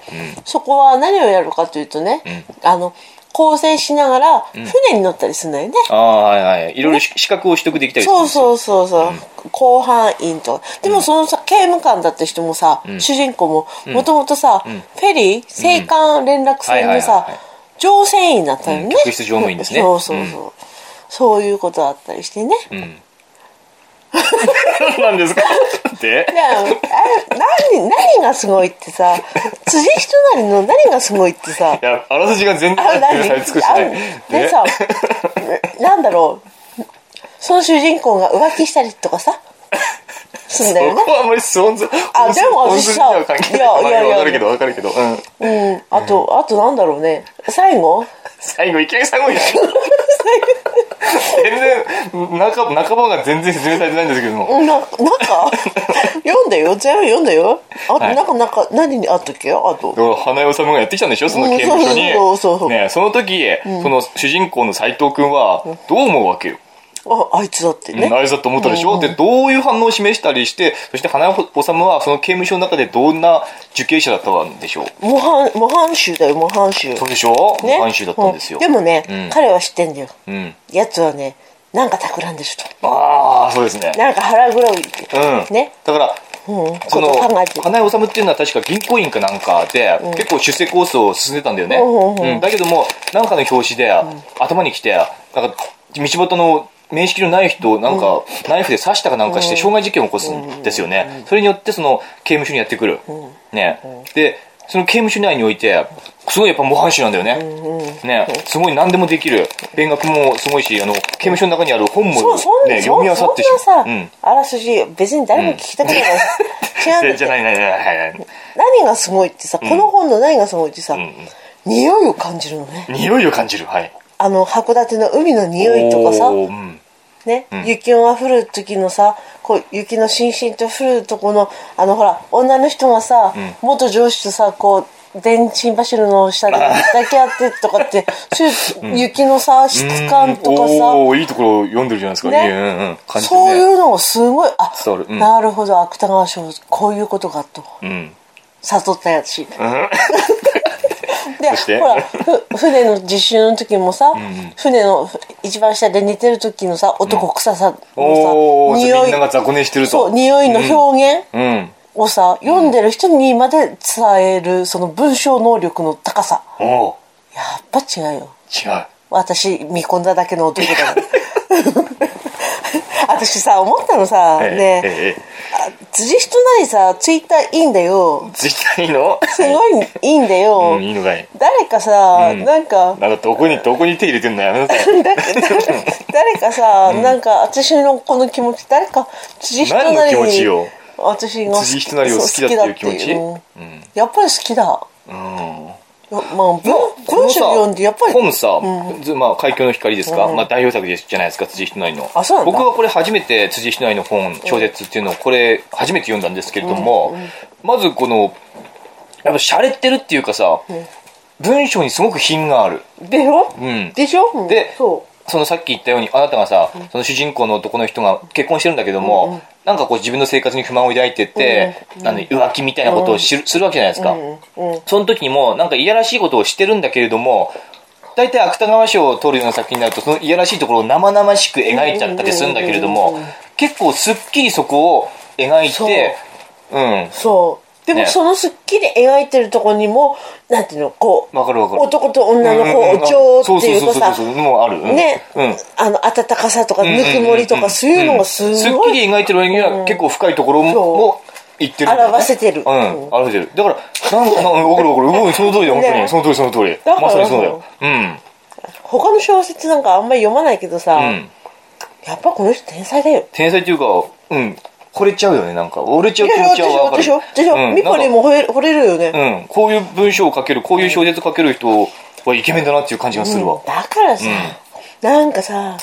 [SPEAKER 2] そこは何をやるかというとね、あの、構成しながら船に乗ったりするんだよね。
[SPEAKER 1] ああはいはいいろいろ資格を取得できたりする
[SPEAKER 2] そうそうそうそう、公判員とかでもそのさ刑務官だって人もさ、主人公ももともとさ、フェリー青函連絡船の
[SPEAKER 1] はいはい
[SPEAKER 2] さ
[SPEAKER 1] はいはい
[SPEAKER 2] 乗船員だったよね、
[SPEAKER 1] うん客室乗務員ですね
[SPEAKER 2] そうそうそう、そういうことだったりしてね、
[SPEAKER 1] うん なんですか で
[SPEAKER 2] いやあれ何何がすごいってさ辻人なりの何がすごいってさ
[SPEAKER 1] いやあらすじが全然 入っ
[SPEAKER 2] あ
[SPEAKER 1] て
[SPEAKER 2] 何
[SPEAKER 1] るされ尽くしてない
[SPEAKER 2] あ でさなんだろうその主人公が浮気したりと かさするんだよね
[SPEAKER 1] 僕はあんまり存在
[SPEAKER 2] あでも私
[SPEAKER 1] 本筋
[SPEAKER 2] さ
[SPEAKER 1] には関係ない
[SPEAKER 2] いやいやいや
[SPEAKER 1] わかるけどわかるけど、うん、
[SPEAKER 2] うん、あと、あとなんだろうね。最 後
[SPEAKER 1] 最後いきなり最後に全然中半ばが全然説明されてないんですけども、
[SPEAKER 2] な、なんか読んだよ。全部読んだよ。あと、
[SPEAKER 1] はい
[SPEAKER 2] なんか、なんか、何にあったっけあと。
[SPEAKER 1] だから花代さんがやってきたんでしょその刑務所に、
[SPEAKER 2] うんそうそうそうそう
[SPEAKER 1] ね、その時、その主人公の斎藤君はどう思うわけよ
[SPEAKER 2] ああいつだってね、
[SPEAKER 1] うんあれだと思ったでしょ、でどういう反応を示したりしてそして花尾治はその刑務所の中でどんな受刑者だったんでしょう
[SPEAKER 2] 模範模範囚だよ模範囚
[SPEAKER 1] そうでしょう、
[SPEAKER 2] ね
[SPEAKER 1] 監修だったんですよ、
[SPEAKER 2] うでもね、
[SPEAKER 1] うん
[SPEAKER 2] 彼は知ってんだよ
[SPEAKER 1] うん
[SPEAKER 2] やつはねなんか企んでると
[SPEAKER 1] ああそうですね
[SPEAKER 2] なんか腹黒いって、
[SPEAKER 1] うん
[SPEAKER 2] ね
[SPEAKER 1] だから
[SPEAKER 2] うん、
[SPEAKER 1] そ
[SPEAKER 2] こ
[SPEAKER 1] の
[SPEAKER 2] と考えてる
[SPEAKER 1] 花井治っていうのは確か銀行員かなんかで、結構出世コースを進んでたんだよね、
[SPEAKER 2] うんうんうん
[SPEAKER 1] うんだけどもなんかの表紙で、頭にきてなんか道端の面識のない人をなんか、ナイフで刺したかなんかして傷害事件を起こすんですよね、それによってその刑務所にやってくる、ね、でその刑務所内においてすごいやっぱ模範囚なんだよね、ねすごい何でもできる勉学もすごいしあの刑務所の中にある本も、ね、
[SPEAKER 2] そうそんな、
[SPEAKER 1] 読み漁
[SPEAKER 2] そ
[SPEAKER 1] ってし
[SPEAKER 2] んなさ、
[SPEAKER 1] うん
[SPEAKER 2] あらすじ別に誰も聞きたくない、 違う ん
[SPEAKER 1] じゃ
[SPEAKER 2] だ
[SPEAKER 1] な
[SPEAKER 2] よ
[SPEAKER 1] いないないないない
[SPEAKER 2] 何がすごいってさ、この本の何がすごいってさ、
[SPEAKER 1] ん
[SPEAKER 2] 匂いを感じるのね
[SPEAKER 1] 匂いを感じるはい
[SPEAKER 2] あの函館の海の匂いとかさ
[SPEAKER 1] おーうん
[SPEAKER 2] ね、雪音が降る時のさこう雪のしんしんと降るとこのあのほら女の人がさ、元上司とさこう電信走るのを下で抱き合ってとかって そういう雪のさ質感とかさ、
[SPEAKER 1] おーいいところ読んでるじゃないですか
[SPEAKER 2] ね
[SPEAKER 1] いいうんうん感じて
[SPEAKER 2] そう
[SPEAKER 1] ね
[SPEAKER 2] いうのをすごいあ
[SPEAKER 1] 伝わるうん
[SPEAKER 2] なるほど芥川賞こういうことかと
[SPEAKER 1] うん
[SPEAKER 2] 悟ったやつで
[SPEAKER 1] そして
[SPEAKER 2] ほらふ船の実習の時もさ、船の一番下で寝てる時のさ男臭さ
[SPEAKER 1] おお
[SPEAKER 2] のさ、
[SPEAKER 1] み
[SPEAKER 2] 匂い
[SPEAKER 1] んなが雑魚寝してると
[SPEAKER 2] そう匂いの表現
[SPEAKER 1] うん
[SPEAKER 2] をさ、読んでる人にまで伝えるその文章能力の高さ
[SPEAKER 1] おお
[SPEAKER 2] やっぱ違うよ
[SPEAKER 1] 違う
[SPEAKER 2] 私見込んだだけの男 だから私さ思ったのさ、
[SPEAKER 1] ええ
[SPEAKER 2] ね
[SPEAKER 1] えええ
[SPEAKER 2] 辻人なりさツイッターいいんだよ
[SPEAKER 1] えツイッターいい の
[SPEAKER 2] すごいいいんだよ、
[SPEAKER 1] うんいいのかい
[SPEAKER 2] 誰かさ、な んか
[SPEAKER 1] なんかどこにどこに手入れてんのやめなさい
[SPEAKER 2] だだ誰かさ、なんか私のこの気持ち誰か辻人なり
[SPEAKER 1] 何の気持ち
[SPEAKER 2] に
[SPEAKER 1] よ
[SPEAKER 2] 私が
[SPEAKER 1] 辻人なりを好きだっていう気持ち
[SPEAKER 2] そう好きだっていうやっぱり好きだうんまあ
[SPEAKER 1] こ
[SPEAKER 2] 文
[SPEAKER 1] の
[SPEAKER 2] 文
[SPEAKER 1] さ
[SPEAKER 2] 章読んでやっぱり
[SPEAKER 1] 本さ、ずまあ、海峡の光ですか、まあ、代表作ですじゃないですか、辻人内の。
[SPEAKER 2] あそうなんだ
[SPEAKER 1] 僕はこれ初めて辻人内の本、小説っていうのを、これ、初めて読んだんですけれども、まずこの、やっぱ、洒落てるっていうかさ、文章にすごく品がある。
[SPEAKER 2] でしょ、
[SPEAKER 1] うん。
[SPEAKER 2] でしょ、うん
[SPEAKER 1] で
[SPEAKER 2] そ
[SPEAKER 1] そのさっき言ったように、あなたがさ、その主人公の男の人が結婚してるんだけども、なんかこう自分の生活に不満を抱いてって、なんで浮気みたいなことをしるするわけじゃないですか。
[SPEAKER 2] う、うん、
[SPEAKER 1] その時にも、なんかいやらしいことをしてるんだけれども、大体芥川賞を取るような作品になると、そのいやらしいところを生々しく描いちゃったりするんだけれど
[SPEAKER 2] うんうん
[SPEAKER 1] も
[SPEAKER 2] うんうん、
[SPEAKER 1] 結構すっきりそこを描い
[SPEAKER 2] そう
[SPEAKER 1] て、う
[SPEAKER 2] そうでも
[SPEAKER 1] ね。
[SPEAKER 2] そのすっきり描いてるとこにもなんていうのこうん
[SPEAKER 1] わかるわかる。
[SPEAKER 2] 男と女の
[SPEAKER 1] うんうん
[SPEAKER 2] こうお情っていうか
[SPEAKER 1] そうそう
[SPEAKER 2] さ
[SPEAKER 1] そうそうそう、もうある。うん
[SPEAKER 2] ね、
[SPEAKER 1] うん。
[SPEAKER 2] あの温かさとかぬくもりとかそういうのがす
[SPEAKER 1] すっ
[SPEAKER 2] ご
[SPEAKER 1] き
[SPEAKER 2] い
[SPEAKER 1] り描いてる割には結構深いところも
[SPEAKER 2] そう
[SPEAKER 1] もいってるんだよね
[SPEAKER 2] 表せてる
[SPEAKER 1] うん表せてるだからなんか分かる分かるもうその通りだよ本当
[SPEAKER 2] ね
[SPEAKER 1] にその通りその通り
[SPEAKER 2] だから
[SPEAKER 1] まさにそうだようん
[SPEAKER 2] 他の小説なんかあんまり読まないけどさ、
[SPEAKER 1] うん
[SPEAKER 2] やっぱこの人天才だよ
[SPEAKER 1] 天才っていうか、うん、惚れちゃうよね、なんか。惚れちゃう
[SPEAKER 2] い
[SPEAKER 1] 気
[SPEAKER 2] や
[SPEAKER 1] 持
[SPEAKER 2] いや
[SPEAKER 1] ち
[SPEAKER 2] でし
[SPEAKER 1] はわ
[SPEAKER 2] ょ
[SPEAKER 1] か
[SPEAKER 2] で
[SPEAKER 1] る。
[SPEAKER 2] しょでしょ、
[SPEAKER 1] うん
[SPEAKER 2] ミポリンも惚れ惚れるよ
[SPEAKER 1] な
[SPEAKER 2] ね、
[SPEAKER 1] んかうん、こういう文章を書ける、こういう小説書ける人はイケメンだなっていう感じがするわ。
[SPEAKER 2] だからさ、なんかさ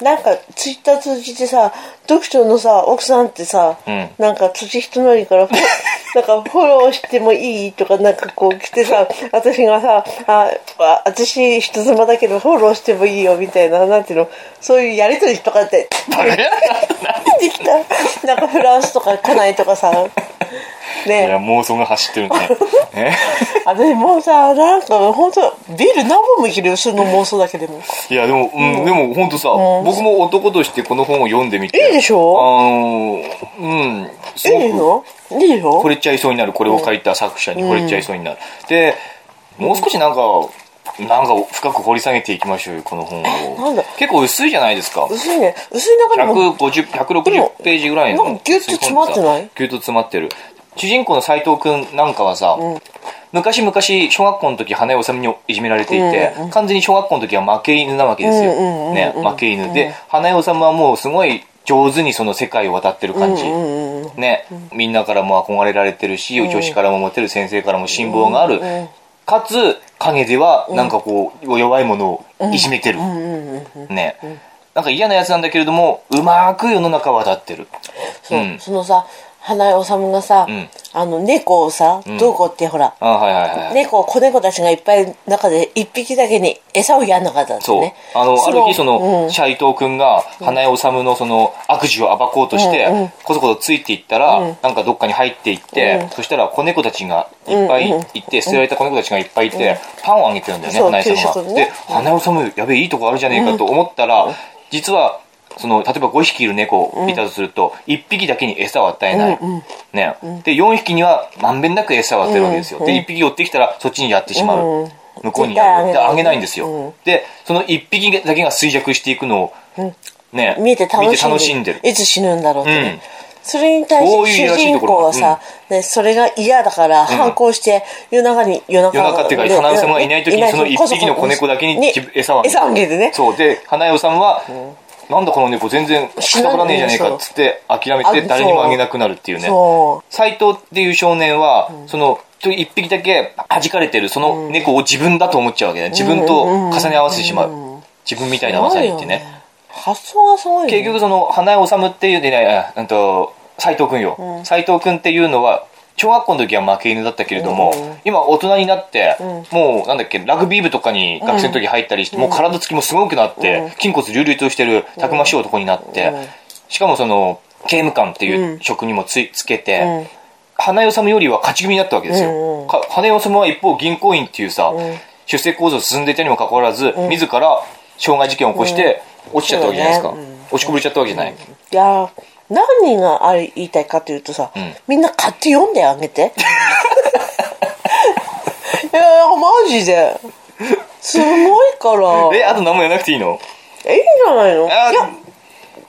[SPEAKER 2] なんかツイッター通じてさ読書のさ奥さんってさ、
[SPEAKER 1] ん
[SPEAKER 2] なんか辻人なりから フォなんかフォローしてもいいとかなんかこう来てさ私がさああ私人妻だけどフォローしてもいいよみたいななんていうのそういうやりとりとかって
[SPEAKER 1] バカや
[SPEAKER 2] できたなんかフランスとか来ないとかさ
[SPEAKER 1] いや、
[SPEAKER 2] ね
[SPEAKER 1] 妄想が走ってるね。ね
[SPEAKER 2] 私もうさなんか本当ビール何本もいけるよその妄想だけでも
[SPEAKER 1] いや、でも、うん、でも本当さ、僕も男としてこの本を読んでみて。
[SPEAKER 2] いいでしょ
[SPEAKER 1] あのー、うん、す
[SPEAKER 2] いい
[SPEAKER 1] ごく
[SPEAKER 2] のいいでしょ
[SPEAKER 1] 惚れちゃいそうになるこれを書いた作者に惚れちゃいそうになる、でもう少しなんかなんか深く掘り下げていきましょうよこの本を
[SPEAKER 2] なんだ
[SPEAKER 1] 結構薄いじゃないですか
[SPEAKER 2] 薄いね薄い中で
[SPEAKER 1] 150
[SPEAKER 2] もでも
[SPEAKER 1] 160ページぐらいの
[SPEAKER 2] なんかギュッと詰まってない
[SPEAKER 1] ギュッと詰まってる主人公の斎藤くんなんかはさ、昔々小学校の時花江治にいじめられていて、完全に小学校の時は負け犬なわけですよ、
[SPEAKER 2] うんうんうんうん
[SPEAKER 1] ね負け犬で花江治はもうすごい上手にその世界を渡ってる感じ、
[SPEAKER 2] うんうん
[SPEAKER 1] ね、みんなからも憧れられてるし、女子からもモテる先生からも辛抱がある、かつ陰ではなんかこう、弱いものをいじめてる、
[SPEAKER 2] うんうん
[SPEAKER 1] ね、なんか嫌なやつなんだけれどもうまく世の中渡ってる
[SPEAKER 2] そう
[SPEAKER 1] うん
[SPEAKER 2] そのさ花江治がさ、
[SPEAKER 1] ん
[SPEAKER 2] あの猫をさ、どうこうってほら、
[SPEAKER 1] あはいはいはい。
[SPEAKER 2] 猫子猫たちがいっぱい中で一匹だけに餌をやんなかったんです
[SPEAKER 1] そう。
[SPEAKER 2] ね
[SPEAKER 1] あの、あ
[SPEAKER 2] を
[SPEAKER 1] る日、その、
[SPEAKER 2] うん
[SPEAKER 1] シャイトー君が、花江治のその、悪事を暴こうとして、こそこそついていったら、なんかどっかに入っていって、そしたら子猫たちがいっぱいいて、捨てられた子猫たちがいっぱいいて、パンをあげてるんだよね、
[SPEAKER 2] そう
[SPEAKER 1] 花江
[SPEAKER 2] 給
[SPEAKER 1] さん
[SPEAKER 2] 食
[SPEAKER 1] が。
[SPEAKER 2] の
[SPEAKER 1] で
[SPEAKER 2] ね、
[SPEAKER 1] 花江治、やべえ、いいとこあるじゃねえかと思ったら、実は、その例えば5匹いる猫いたとすると、1匹だけに餌を与えない、ねで4匹にはまんべんなく餌を与えるわけですよ、で1匹寄ってきたらそっちにやってしまう、
[SPEAKER 2] うん
[SPEAKER 1] 向こうにやる
[SPEAKER 2] 絶対
[SPEAKER 1] で
[SPEAKER 2] あげない
[SPEAKER 1] あげないんですよ、
[SPEAKER 2] うん
[SPEAKER 1] でその1匹だけが衰弱していくのを、ね
[SPEAKER 2] 見て楽しんで
[SPEAKER 1] 見て楽しんでる
[SPEAKER 2] いつ死ぬんだろうってね、
[SPEAKER 1] うん
[SPEAKER 2] それに対し
[SPEAKER 1] そういう
[SPEAKER 2] て
[SPEAKER 1] やら
[SPEAKER 2] 主
[SPEAKER 1] しい
[SPEAKER 2] 人
[SPEAKER 1] ところ
[SPEAKER 2] 公はさ、ね、それが嫌だから反抗して夜中に夜中
[SPEAKER 1] 夜中っていうか花代さんがいない時にその1匹の子猫だけに餌をあげる
[SPEAKER 2] 餌をあげるね
[SPEAKER 1] そうで花代さんは、なんだこの猫全然仕掛からねえじゃねえかっつって諦めて
[SPEAKER 2] あ
[SPEAKER 1] 誰にもあげなくなるっていうね
[SPEAKER 2] そう
[SPEAKER 1] 斎藤っていう少年は、そのちょ一匹だけ弾かれてるその猫を自分だと思っちゃうわけね自分と重ね合わせてしまう、自分みたいなまさにってね
[SPEAKER 2] 発想がすごいよね
[SPEAKER 1] 結局その花江治っていうでねあうんと斎藤君よ、斎藤君っていうのは小学校の時は負け犬だったけれども、今大人になって、もうなんだっけラグビー部とかに学生の時入ったりして、もう体つきもすごくなって、筋骨隆々としてるたくましい男になって、しかもその刑務官っていう職にもつ,、つけて、花江治よりは勝ち組になったわけですよ、
[SPEAKER 2] うんうん
[SPEAKER 1] か花江治は一方銀行員っていうさ、出世構造進んでいたにもかかわらず、自ら傷害事件を起こして、落ちちゃったわけじゃないですか、
[SPEAKER 2] そうだねうん
[SPEAKER 1] 落ちこぼれちゃったわけじゃない、
[SPEAKER 2] いやー何があれ言いたいかというとさ、
[SPEAKER 1] ん
[SPEAKER 2] みんな買って読んであ げていやいやマジですごいから
[SPEAKER 1] えあと何も言わなくていいの
[SPEAKER 2] えいいんじゃないのい
[SPEAKER 1] あ
[SPEAKER 2] や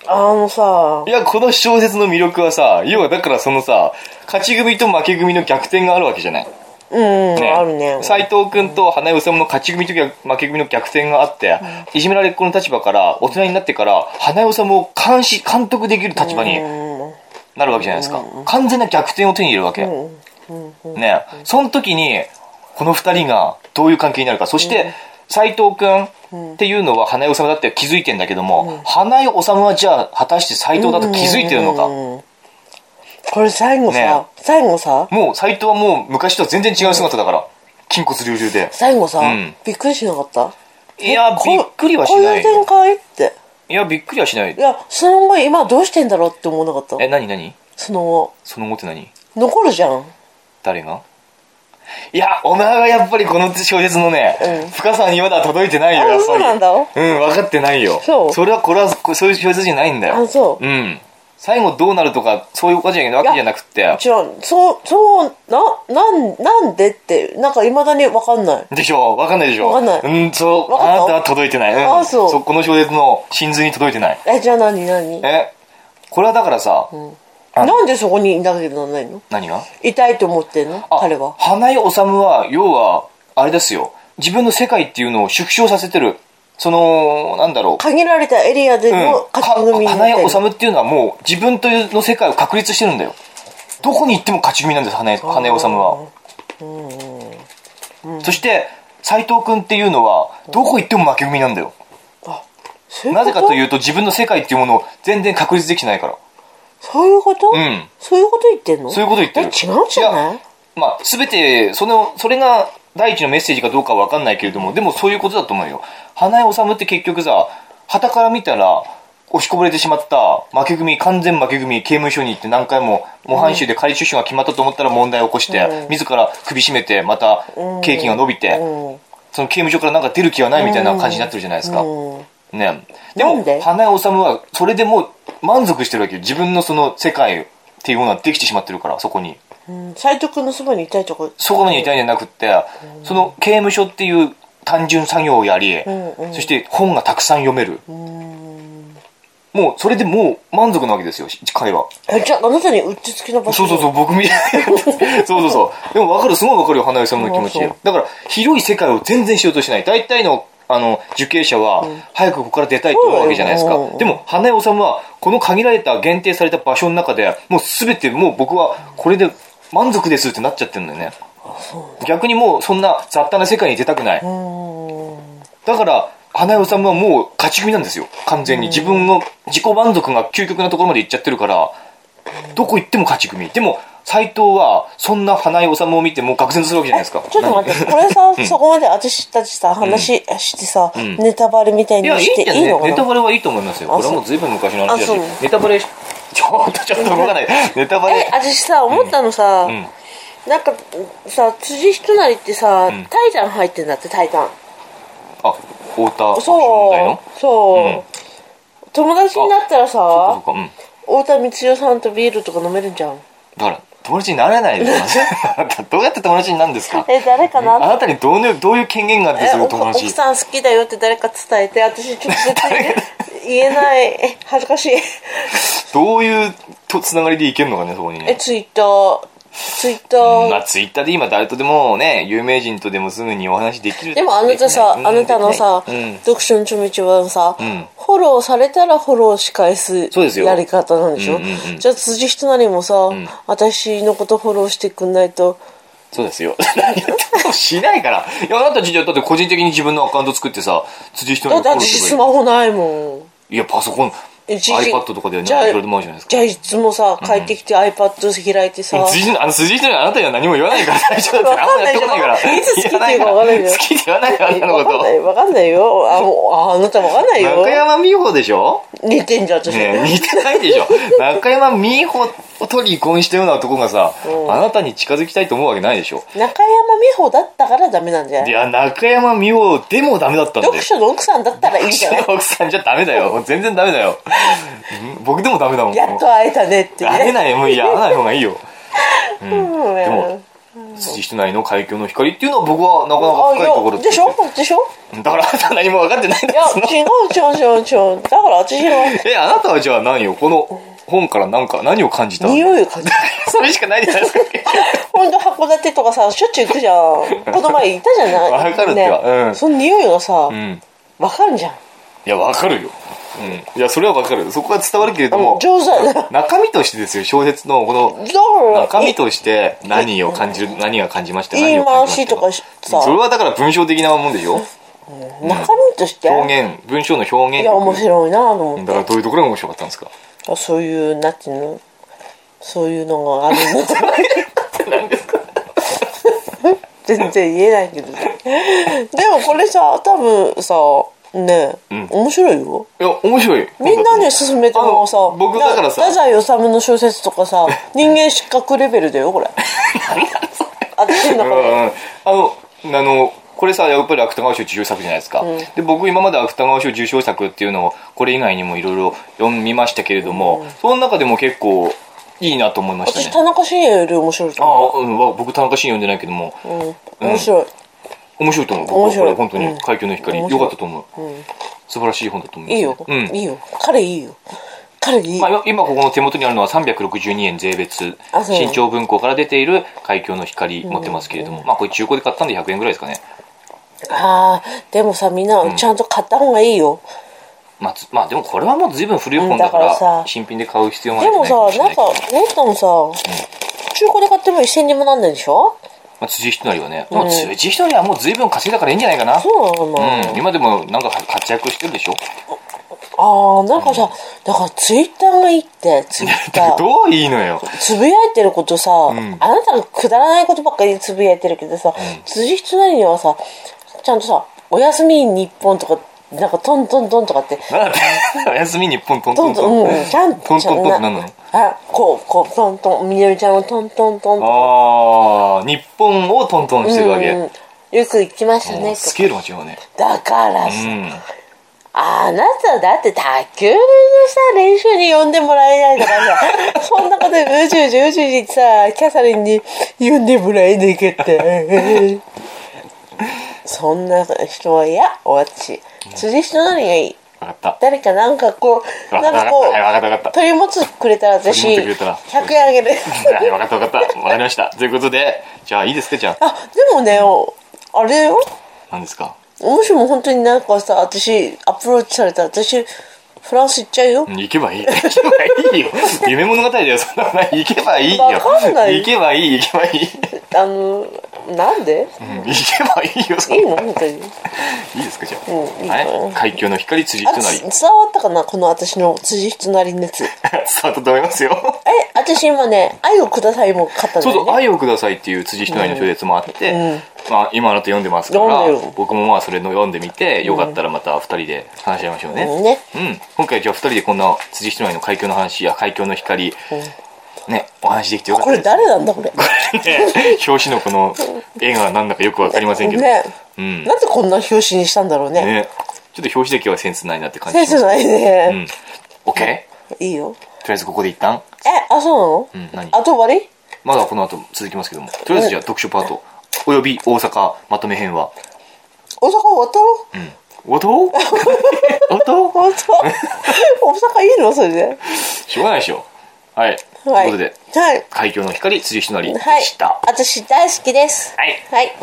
[SPEAKER 2] あのさ
[SPEAKER 1] いやこの小説の魅力はさ要はだからそのさ勝ち組と負け組の逆転があるわけじゃない
[SPEAKER 2] うん、あるね
[SPEAKER 1] 斎藤君と花江治の勝ち組と逆負け組の逆転があって、いじめられっ子の立場から大人になってから花江治を監視監督できる立場に
[SPEAKER 2] うん
[SPEAKER 1] なるわけじゃないですか、完全な逆転を手に入れるわけ、ねその時にこの2人がどういう関係になるかそして斎、藤君っていうのは花江治だって気づいてんだけども、花江治はじゃあ果たして斎藤だと気づいてるのか、
[SPEAKER 2] これ最後さ、
[SPEAKER 1] ね
[SPEAKER 2] 最後さ
[SPEAKER 1] もう斎藤はもう昔とは全然違う姿だから筋骨隆々で
[SPEAKER 2] 最後さ、
[SPEAKER 1] うん
[SPEAKER 2] びっくりしなかった
[SPEAKER 1] いや
[SPEAKER 2] こ
[SPEAKER 1] びっくりはし
[SPEAKER 2] こう
[SPEAKER 1] ないいう
[SPEAKER 2] 展開って
[SPEAKER 1] いやびっくりはしない
[SPEAKER 2] いやその後今どうしてんだろうって思わなかった
[SPEAKER 1] え何何
[SPEAKER 2] その後
[SPEAKER 1] その後って何
[SPEAKER 2] 残るじゃん
[SPEAKER 1] 誰がいや、お前はやっぱりこの小説のね、
[SPEAKER 2] うん
[SPEAKER 1] 深さにまだ届いてないよ、やっぱり。
[SPEAKER 2] そうなんだ
[SPEAKER 1] うん、分かってないよ。
[SPEAKER 2] そう
[SPEAKER 1] れは、これは、こそういう小説じゃないんだよ。
[SPEAKER 2] あそう
[SPEAKER 1] うん。最後どうなるとか、そういうわけじゃわけじゃなくって。
[SPEAKER 2] 違うそうそうななんなんでってなんかいまだに分かんない
[SPEAKER 1] でしょ分かんないでしょ
[SPEAKER 2] わかんない
[SPEAKER 1] うん、そう、
[SPEAKER 2] わかっ
[SPEAKER 1] あ
[SPEAKER 2] た
[SPEAKER 1] なたは届いてない。うん、
[SPEAKER 2] あそう
[SPEAKER 1] この小説の真髄に届いてない。
[SPEAKER 2] えじゃあ何何
[SPEAKER 1] え、これはだからさ、あの
[SPEAKER 2] なんでそこにいなきゃならないの
[SPEAKER 1] 何が
[SPEAKER 2] 痛いと思ってんの
[SPEAKER 1] あ
[SPEAKER 2] 彼は
[SPEAKER 1] 花井治は要はあれですよ自分の世界っていうのを縮小させてるそのなんだろう
[SPEAKER 2] 限られたエリアで
[SPEAKER 1] うん
[SPEAKER 2] の、勝ち組になっ
[SPEAKER 1] 花
[SPEAKER 2] てる、
[SPEAKER 1] 江治っていうのはもう自分というの世界を確立してるんだよどこに行っても勝ち組なんです花江花江治は、そして斎藤君っていうのはどこ行っても負け組なんだよ、
[SPEAKER 2] そういう
[SPEAKER 1] な
[SPEAKER 2] こ
[SPEAKER 1] ぜかと
[SPEAKER 2] う
[SPEAKER 1] いうと自分の世界っていうものを全然確立できてないから
[SPEAKER 2] そういうこと、
[SPEAKER 1] うん
[SPEAKER 2] そういうこと言ってんの
[SPEAKER 1] そういうこと言ってる
[SPEAKER 2] え違うんじゃない
[SPEAKER 1] やまあ、全てそのそれが第一のメッセージかどうかは分かんないけれどもでもそういうことだと思うよ花江治って結局さ旗から見たら押しこぼれてしまった負け組完全負け組刑務所に行って何回も模範囚で仮出所が決まったと思ったら問題を起こして、自ら首絞めてまた刑期が伸びて、
[SPEAKER 2] うん
[SPEAKER 1] その刑務所からなんか出る気はないみたいな感じになってるじゃないですか、
[SPEAKER 2] うん
[SPEAKER 1] ねで
[SPEAKER 2] な
[SPEAKER 1] も
[SPEAKER 2] んで
[SPEAKER 1] 花江治はそれでもう満足してるわけよ自分のその世界っていうものはできてしまってるからそこに。
[SPEAKER 2] うん斎藤君のそばにいたいとこ
[SPEAKER 1] そこまで痛いんじゃなくって、その刑務所っていう単純作業をやり、
[SPEAKER 2] んうん
[SPEAKER 1] そして本がたくさん読める、もうそれでもう満足なわけですよし彼は
[SPEAKER 2] えじゃああなたにうってつけの場所
[SPEAKER 1] そうそうそう僕みたいそうそうそうでも分かるすごい分かるよ花江さんの気持ち
[SPEAKER 2] あそう
[SPEAKER 1] だから広い世界を全然しようとしない大体のあの受刑者は早くここから出たいと思うわけじゃないですか、
[SPEAKER 2] うんうんうん
[SPEAKER 1] でも花江治はこの限られた限定された場所の中でもう全てもう僕はこれで満足ですってなっちゃってるんだよね逆にもうそんな雑多な世界に出たくない、だから花代さんはもう勝ち組なんですよ完全に自分の自己満足が究極なところまで行っちゃってるからどこ行っても勝ち組でも斎藤はそんな花井治を見てもう愕然とするわけじゃないですか
[SPEAKER 2] ちょっと待って、これさ、そこまで私たちさ、話してさ、
[SPEAKER 1] ん
[SPEAKER 2] ネタバレみたい
[SPEAKER 1] い
[SPEAKER 2] に
[SPEAKER 1] やいいん
[SPEAKER 2] して
[SPEAKER 1] じゃない
[SPEAKER 2] いいのか
[SPEAKER 1] ネタ
[SPEAKER 2] な
[SPEAKER 1] バレはいいと思いますよ
[SPEAKER 2] あ
[SPEAKER 1] これはもうずいぶん昔の話だ
[SPEAKER 2] そ
[SPEAKER 1] し
[SPEAKER 2] うあそう
[SPEAKER 1] ネタバレしちょっとちょっと動かないネタバ
[SPEAKER 2] え
[SPEAKER 1] レ、
[SPEAKER 2] 私さ、思ったのさ、
[SPEAKER 1] ん
[SPEAKER 2] なんかさ、辻仁成ってさ、タイタン入ってんだって、タイタン。
[SPEAKER 1] あ太田アクション大
[SPEAKER 2] そ
[SPEAKER 1] の
[SPEAKER 2] う、そう。友達になったら
[SPEAKER 1] あそ
[SPEAKER 2] さ
[SPEAKER 1] っ、かうん
[SPEAKER 2] 太田光代さんとビールとか飲めるんじゃん。
[SPEAKER 1] だから友達になれないですよあなた どうやって友達になるんですか
[SPEAKER 2] え、誰か
[SPEAKER 1] あ
[SPEAKER 2] な
[SPEAKER 1] なたにどういうどういう権限があって
[SPEAKER 2] え
[SPEAKER 1] それ
[SPEAKER 2] 奥
[SPEAKER 1] 友達
[SPEAKER 2] 奥さん好きだよって誰か伝えて、私直接言えない。 え、恥ずかしい。
[SPEAKER 1] どういうとつながりでいけるのかねそこに
[SPEAKER 2] え、
[SPEAKER 1] ね
[SPEAKER 2] ツイッター、ツイッタ
[SPEAKER 1] まあ
[SPEAKER 2] ー。
[SPEAKER 1] ツイッターで今誰とでもね有名人とでもすぐにお話できる
[SPEAKER 2] でもあなたさ、
[SPEAKER 1] できい
[SPEAKER 2] あなたのさ、
[SPEAKER 1] うん
[SPEAKER 2] 読書のちょめちょばのさ、
[SPEAKER 1] ん
[SPEAKER 2] フォローされたらフォローし返す
[SPEAKER 1] そうですよ
[SPEAKER 2] やり方なんでしょ、
[SPEAKER 1] うんうんうん
[SPEAKER 2] じゃあ辻人なりもさ、私のことフォローしてくんないと、
[SPEAKER 1] そうですよ 何言ってもしないからいやあなた自体だって個人的に自分のアカウント作ってさ辻人にフ
[SPEAKER 2] だって
[SPEAKER 1] ォロー
[SPEAKER 2] 私
[SPEAKER 1] して
[SPEAKER 2] ス
[SPEAKER 1] くれ
[SPEAKER 2] マホないもん。
[SPEAKER 1] いやパソコン
[SPEAKER 2] 一時
[SPEAKER 1] iPad とかでねい
[SPEAKER 2] じゃあ
[SPEAKER 1] ろいろでもあるじゃないです
[SPEAKER 2] じ
[SPEAKER 1] か
[SPEAKER 2] ゃあいつもさ、帰ってきて iPad 開いてさ、
[SPEAKER 1] 辻人あの辻人にあなたには何も言わない から最初だってあんまやってこないから
[SPEAKER 2] わかんないじゃんいつ好きって
[SPEAKER 1] 言わないいう
[SPEAKER 2] か
[SPEAKER 1] から 好きって言わないから
[SPEAKER 2] わかんないじゃん
[SPEAKER 1] あんなの
[SPEAKER 2] わ
[SPEAKER 1] こ
[SPEAKER 2] かん
[SPEAKER 1] と
[SPEAKER 2] ない、わかんないよ。あ、もう、あ、あなたわかんない
[SPEAKER 1] 中
[SPEAKER 2] よ。
[SPEAKER 1] 山美穂でしょ
[SPEAKER 2] 似てんじゃん、私。
[SPEAKER 1] ねえ似てないでしょ中山美穂と離婚したような男がさ
[SPEAKER 2] うん
[SPEAKER 1] あなたに近づきたいと思うわけないでしょ
[SPEAKER 2] 中山美穂だったからダメなんじゃない
[SPEAKER 1] いや中山美穂でもダメだったんだよ
[SPEAKER 2] 読書の奥さんだったらいいん じゃない
[SPEAKER 1] 奥さんじゃダメだよもう全然ダメだようん僕でもダメだもん
[SPEAKER 2] やっと会えたねってね。
[SPEAKER 1] 会えないもういや会わない方がいいよ
[SPEAKER 2] うん
[SPEAKER 1] でも辻人内の海峡の光っていうのは僕はなかなか深いところ
[SPEAKER 2] あいやでしょでしょ
[SPEAKER 1] だからあなた何も分かってないんだ
[SPEAKER 2] いや
[SPEAKER 1] よその
[SPEAKER 2] 違う違う違う違うだから私は
[SPEAKER 1] えあなたはじゃあ何よこの本から何か何を感じたの
[SPEAKER 2] 匂いを感じる
[SPEAKER 1] それしかないじゃないですか
[SPEAKER 2] 本当函館とかさしょっちゅう行くじゃんこの前いたじゃない
[SPEAKER 1] わかるってばうん
[SPEAKER 2] その匂いがさ、わ
[SPEAKER 1] うん
[SPEAKER 2] かるじゃん
[SPEAKER 1] いや、わかるよ。うん。いや、それはわかる。そこが伝わるけれど
[SPEAKER 2] う
[SPEAKER 1] も
[SPEAKER 2] ん、上手だね
[SPEAKER 1] 中身としてですよ、小説のこの、
[SPEAKER 2] だから
[SPEAKER 1] 中身として何を感じる、何が感じました
[SPEAKER 2] 言い回しとか
[SPEAKER 1] か
[SPEAKER 2] しさ
[SPEAKER 1] それはだから文章的なもんでしょ
[SPEAKER 2] 中身として
[SPEAKER 1] 表現、文章の表
[SPEAKER 2] い
[SPEAKER 1] 現
[SPEAKER 2] や
[SPEAKER 1] 力。
[SPEAKER 2] 面白いなと思っ
[SPEAKER 1] だからどういうところが面白かったんですか
[SPEAKER 2] てそういうなんていうのそういうのがあるん だ全然言えないけどねでもこれさ多分さね、面白いよ
[SPEAKER 1] いや、面白い。
[SPEAKER 2] みんなに勧めてもさ
[SPEAKER 1] あの僕だからさ
[SPEAKER 2] な太宰治の小説と かさ人間失格レベルだよこれ私の
[SPEAKER 1] うん
[SPEAKER 2] 中で
[SPEAKER 1] うんあの、あの、これさ、やっぱり芥川賞受賞作じゃないですか。で、僕今まで芥川賞受賞作っていうのを、これ以外にもいろいろ読みましたけれども、その中でも結構いいなと思いました
[SPEAKER 2] 私
[SPEAKER 1] ね。
[SPEAKER 2] 田中伸也より面白いと
[SPEAKER 1] あ
[SPEAKER 2] 思
[SPEAKER 1] あ、うん、わ僕田中信読んでないけども、
[SPEAKER 2] う面白い
[SPEAKER 1] 面白いと思う。僕は
[SPEAKER 2] 面白い
[SPEAKER 1] これ本当
[SPEAKER 2] うん
[SPEAKER 1] に、海峡の光、
[SPEAKER 2] 面
[SPEAKER 1] 良
[SPEAKER 2] 白い
[SPEAKER 1] かったと思う、素晴らしい本だと思います、
[SPEAKER 2] いいよ、
[SPEAKER 1] うん。
[SPEAKER 2] いいよ彼いいよ彼いい、
[SPEAKER 1] まあ、よ今ここの手元にあるのは362円税別
[SPEAKER 2] あそう
[SPEAKER 1] 新潮文庫から出ている「海峡の光」持ってますけれども、まあこれ中古で買ったんで100円ぐらいですかね
[SPEAKER 2] ああでもさみんなちゃんと買った方がいいよ、
[SPEAKER 1] まあ、つまあでもこれはもう随分古い本だか
[SPEAKER 2] うんだから
[SPEAKER 1] ら
[SPEAKER 2] さ
[SPEAKER 1] 新品で買う必要はな
[SPEAKER 2] で
[SPEAKER 1] い
[SPEAKER 2] も
[SPEAKER 1] かもし
[SPEAKER 2] さ
[SPEAKER 1] れな
[SPEAKER 2] な
[SPEAKER 1] い
[SPEAKER 2] ん
[SPEAKER 1] けど
[SPEAKER 2] かレンタもさ、中古で買っても1000にもなんないでしょ
[SPEAKER 1] まあ、辻人なりはね、もう辻人なりはもう随分稼いだからいいんじゃないかなう
[SPEAKER 2] そうなのかな、
[SPEAKER 1] ん今でもなんか活躍してるでしょ
[SPEAKER 2] ああなんかさだからツイッターがいいってツイッタ ー
[SPEAKER 1] どういいのよ
[SPEAKER 2] つぶやいてることさ、あなたがくだらないことばっかりつぶやいてるけどさ、辻人なりにはさちゃんとさ「おやすみ日本」とかなんかトントントンとかって
[SPEAKER 1] なんだ っておやすみ日本トン
[SPEAKER 2] ト
[SPEAKER 1] ト
[SPEAKER 2] ン
[SPEAKER 1] ン
[SPEAKER 2] ト
[SPEAKER 1] トン、
[SPEAKER 2] ン、うん、ちゃん
[SPEAKER 1] トントントンって何なの
[SPEAKER 2] あこうこうトントンみなみちゃんのトントントンとか
[SPEAKER 1] ああ日本をトントンしてるわけ、
[SPEAKER 2] うんよく行きました
[SPEAKER 1] もう
[SPEAKER 2] ね
[SPEAKER 1] スケールが違うね
[SPEAKER 2] だから
[SPEAKER 1] う
[SPEAKER 2] さ、
[SPEAKER 1] ん
[SPEAKER 2] あなただって卓球のさ練習に呼んでもらえない とからさそんなことでうじうじうじうじってさキャサリンに 呼んでもらえないかってそんな人は嫌私辻人なりがいい
[SPEAKER 1] 分かった
[SPEAKER 2] 誰かなんかこう
[SPEAKER 1] わ
[SPEAKER 2] なんかこ
[SPEAKER 1] わかったわかったわかっ
[SPEAKER 2] う
[SPEAKER 1] た
[SPEAKER 2] 取り持つくれたら私
[SPEAKER 1] 取り持
[SPEAKER 2] 100
[SPEAKER 1] ってくれたら
[SPEAKER 2] 円あげる
[SPEAKER 1] はい分かった分かった分かりましたということでじゃあいいですかじゃあ
[SPEAKER 2] あでもねあれよ
[SPEAKER 1] 何ですか
[SPEAKER 2] もしも本当になんかさ私アプローチされたら私フランス行っちゃうよ、
[SPEAKER 1] うん行けばいい。行けばい いよ。夢物語だよ、そんなのない。行けばいいよ。
[SPEAKER 2] わかんない
[SPEAKER 1] 行けばいい、行けばいい。
[SPEAKER 2] あのなんで
[SPEAKER 1] うん行けばいいよ、そん
[SPEAKER 2] い
[SPEAKER 1] ない
[SPEAKER 2] の本当に
[SPEAKER 1] いいですか、じゃあ。
[SPEAKER 2] うんいいよ
[SPEAKER 1] はい。海峡の光、辻
[SPEAKER 2] あ
[SPEAKER 1] となり
[SPEAKER 2] つ。伝わったかなこの私の辻人なり熱え
[SPEAKER 1] 伝わったと思いますよ。
[SPEAKER 2] 私私今ね「愛をください」も買ったんだ
[SPEAKER 1] そう
[SPEAKER 2] よ
[SPEAKER 1] そう「
[SPEAKER 2] ね
[SPEAKER 1] 愛をください」っていう辻ひとりの小説もあって、まあ、今あなた読んでますか
[SPEAKER 2] 読んで
[SPEAKER 1] ら
[SPEAKER 2] る
[SPEAKER 1] 僕もまあそれの読んでみてよかったらまた2人で話し合いましょうね、
[SPEAKER 2] うんね
[SPEAKER 1] うん、今回じゃあ2人でこんな辻ひとりの海峡の話や海峡の光、ねお話できてよかった
[SPEAKER 2] これ
[SPEAKER 1] です
[SPEAKER 2] 誰なんだこれ
[SPEAKER 1] ね 表紙のこの映画は何だかよくわかりませんけど、
[SPEAKER 2] ね
[SPEAKER 1] うんね
[SPEAKER 2] なんでこんな表紙にしたんだろうね
[SPEAKER 1] ちょっと表紙だけはセンスないなって感じ
[SPEAKER 2] 先
[SPEAKER 1] しま
[SPEAKER 2] 生
[SPEAKER 1] す
[SPEAKER 2] ない
[SPEAKER 1] うん
[SPEAKER 2] ね、
[SPEAKER 1] OK とり
[SPEAKER 2] いいよ
[SPEAKER 1] あえずここで一旦
[SPEAKER 2] えあそうな
[SPEAKER 1] うん何
[SPEAKER 2] の、あと終わり
[SPEAKER 1] まだこの後続きますけどもとりあえずじゃあ読書パートおよび大阪まとめ編は
[SPEAKER 2] 大阪終わったの
[SPEAKER 1] おとおと
[SPEAKER 2] 本当 大阪いいのそれで
[SPEAKER 1] しょうがないでしょはい、
[SPEAKER 2] はい
[SPEAKER 1] ということで
[SPEAKER 2] はい
[SPEAKER 1] 「海峡の光辻ひとなり」で
[SPEAKER 2] はい
[SPEAKER 1] した、
[SPEAKER 2] 私大好きです
[SPEAKER 1] はい
[SPEAKER 2] はい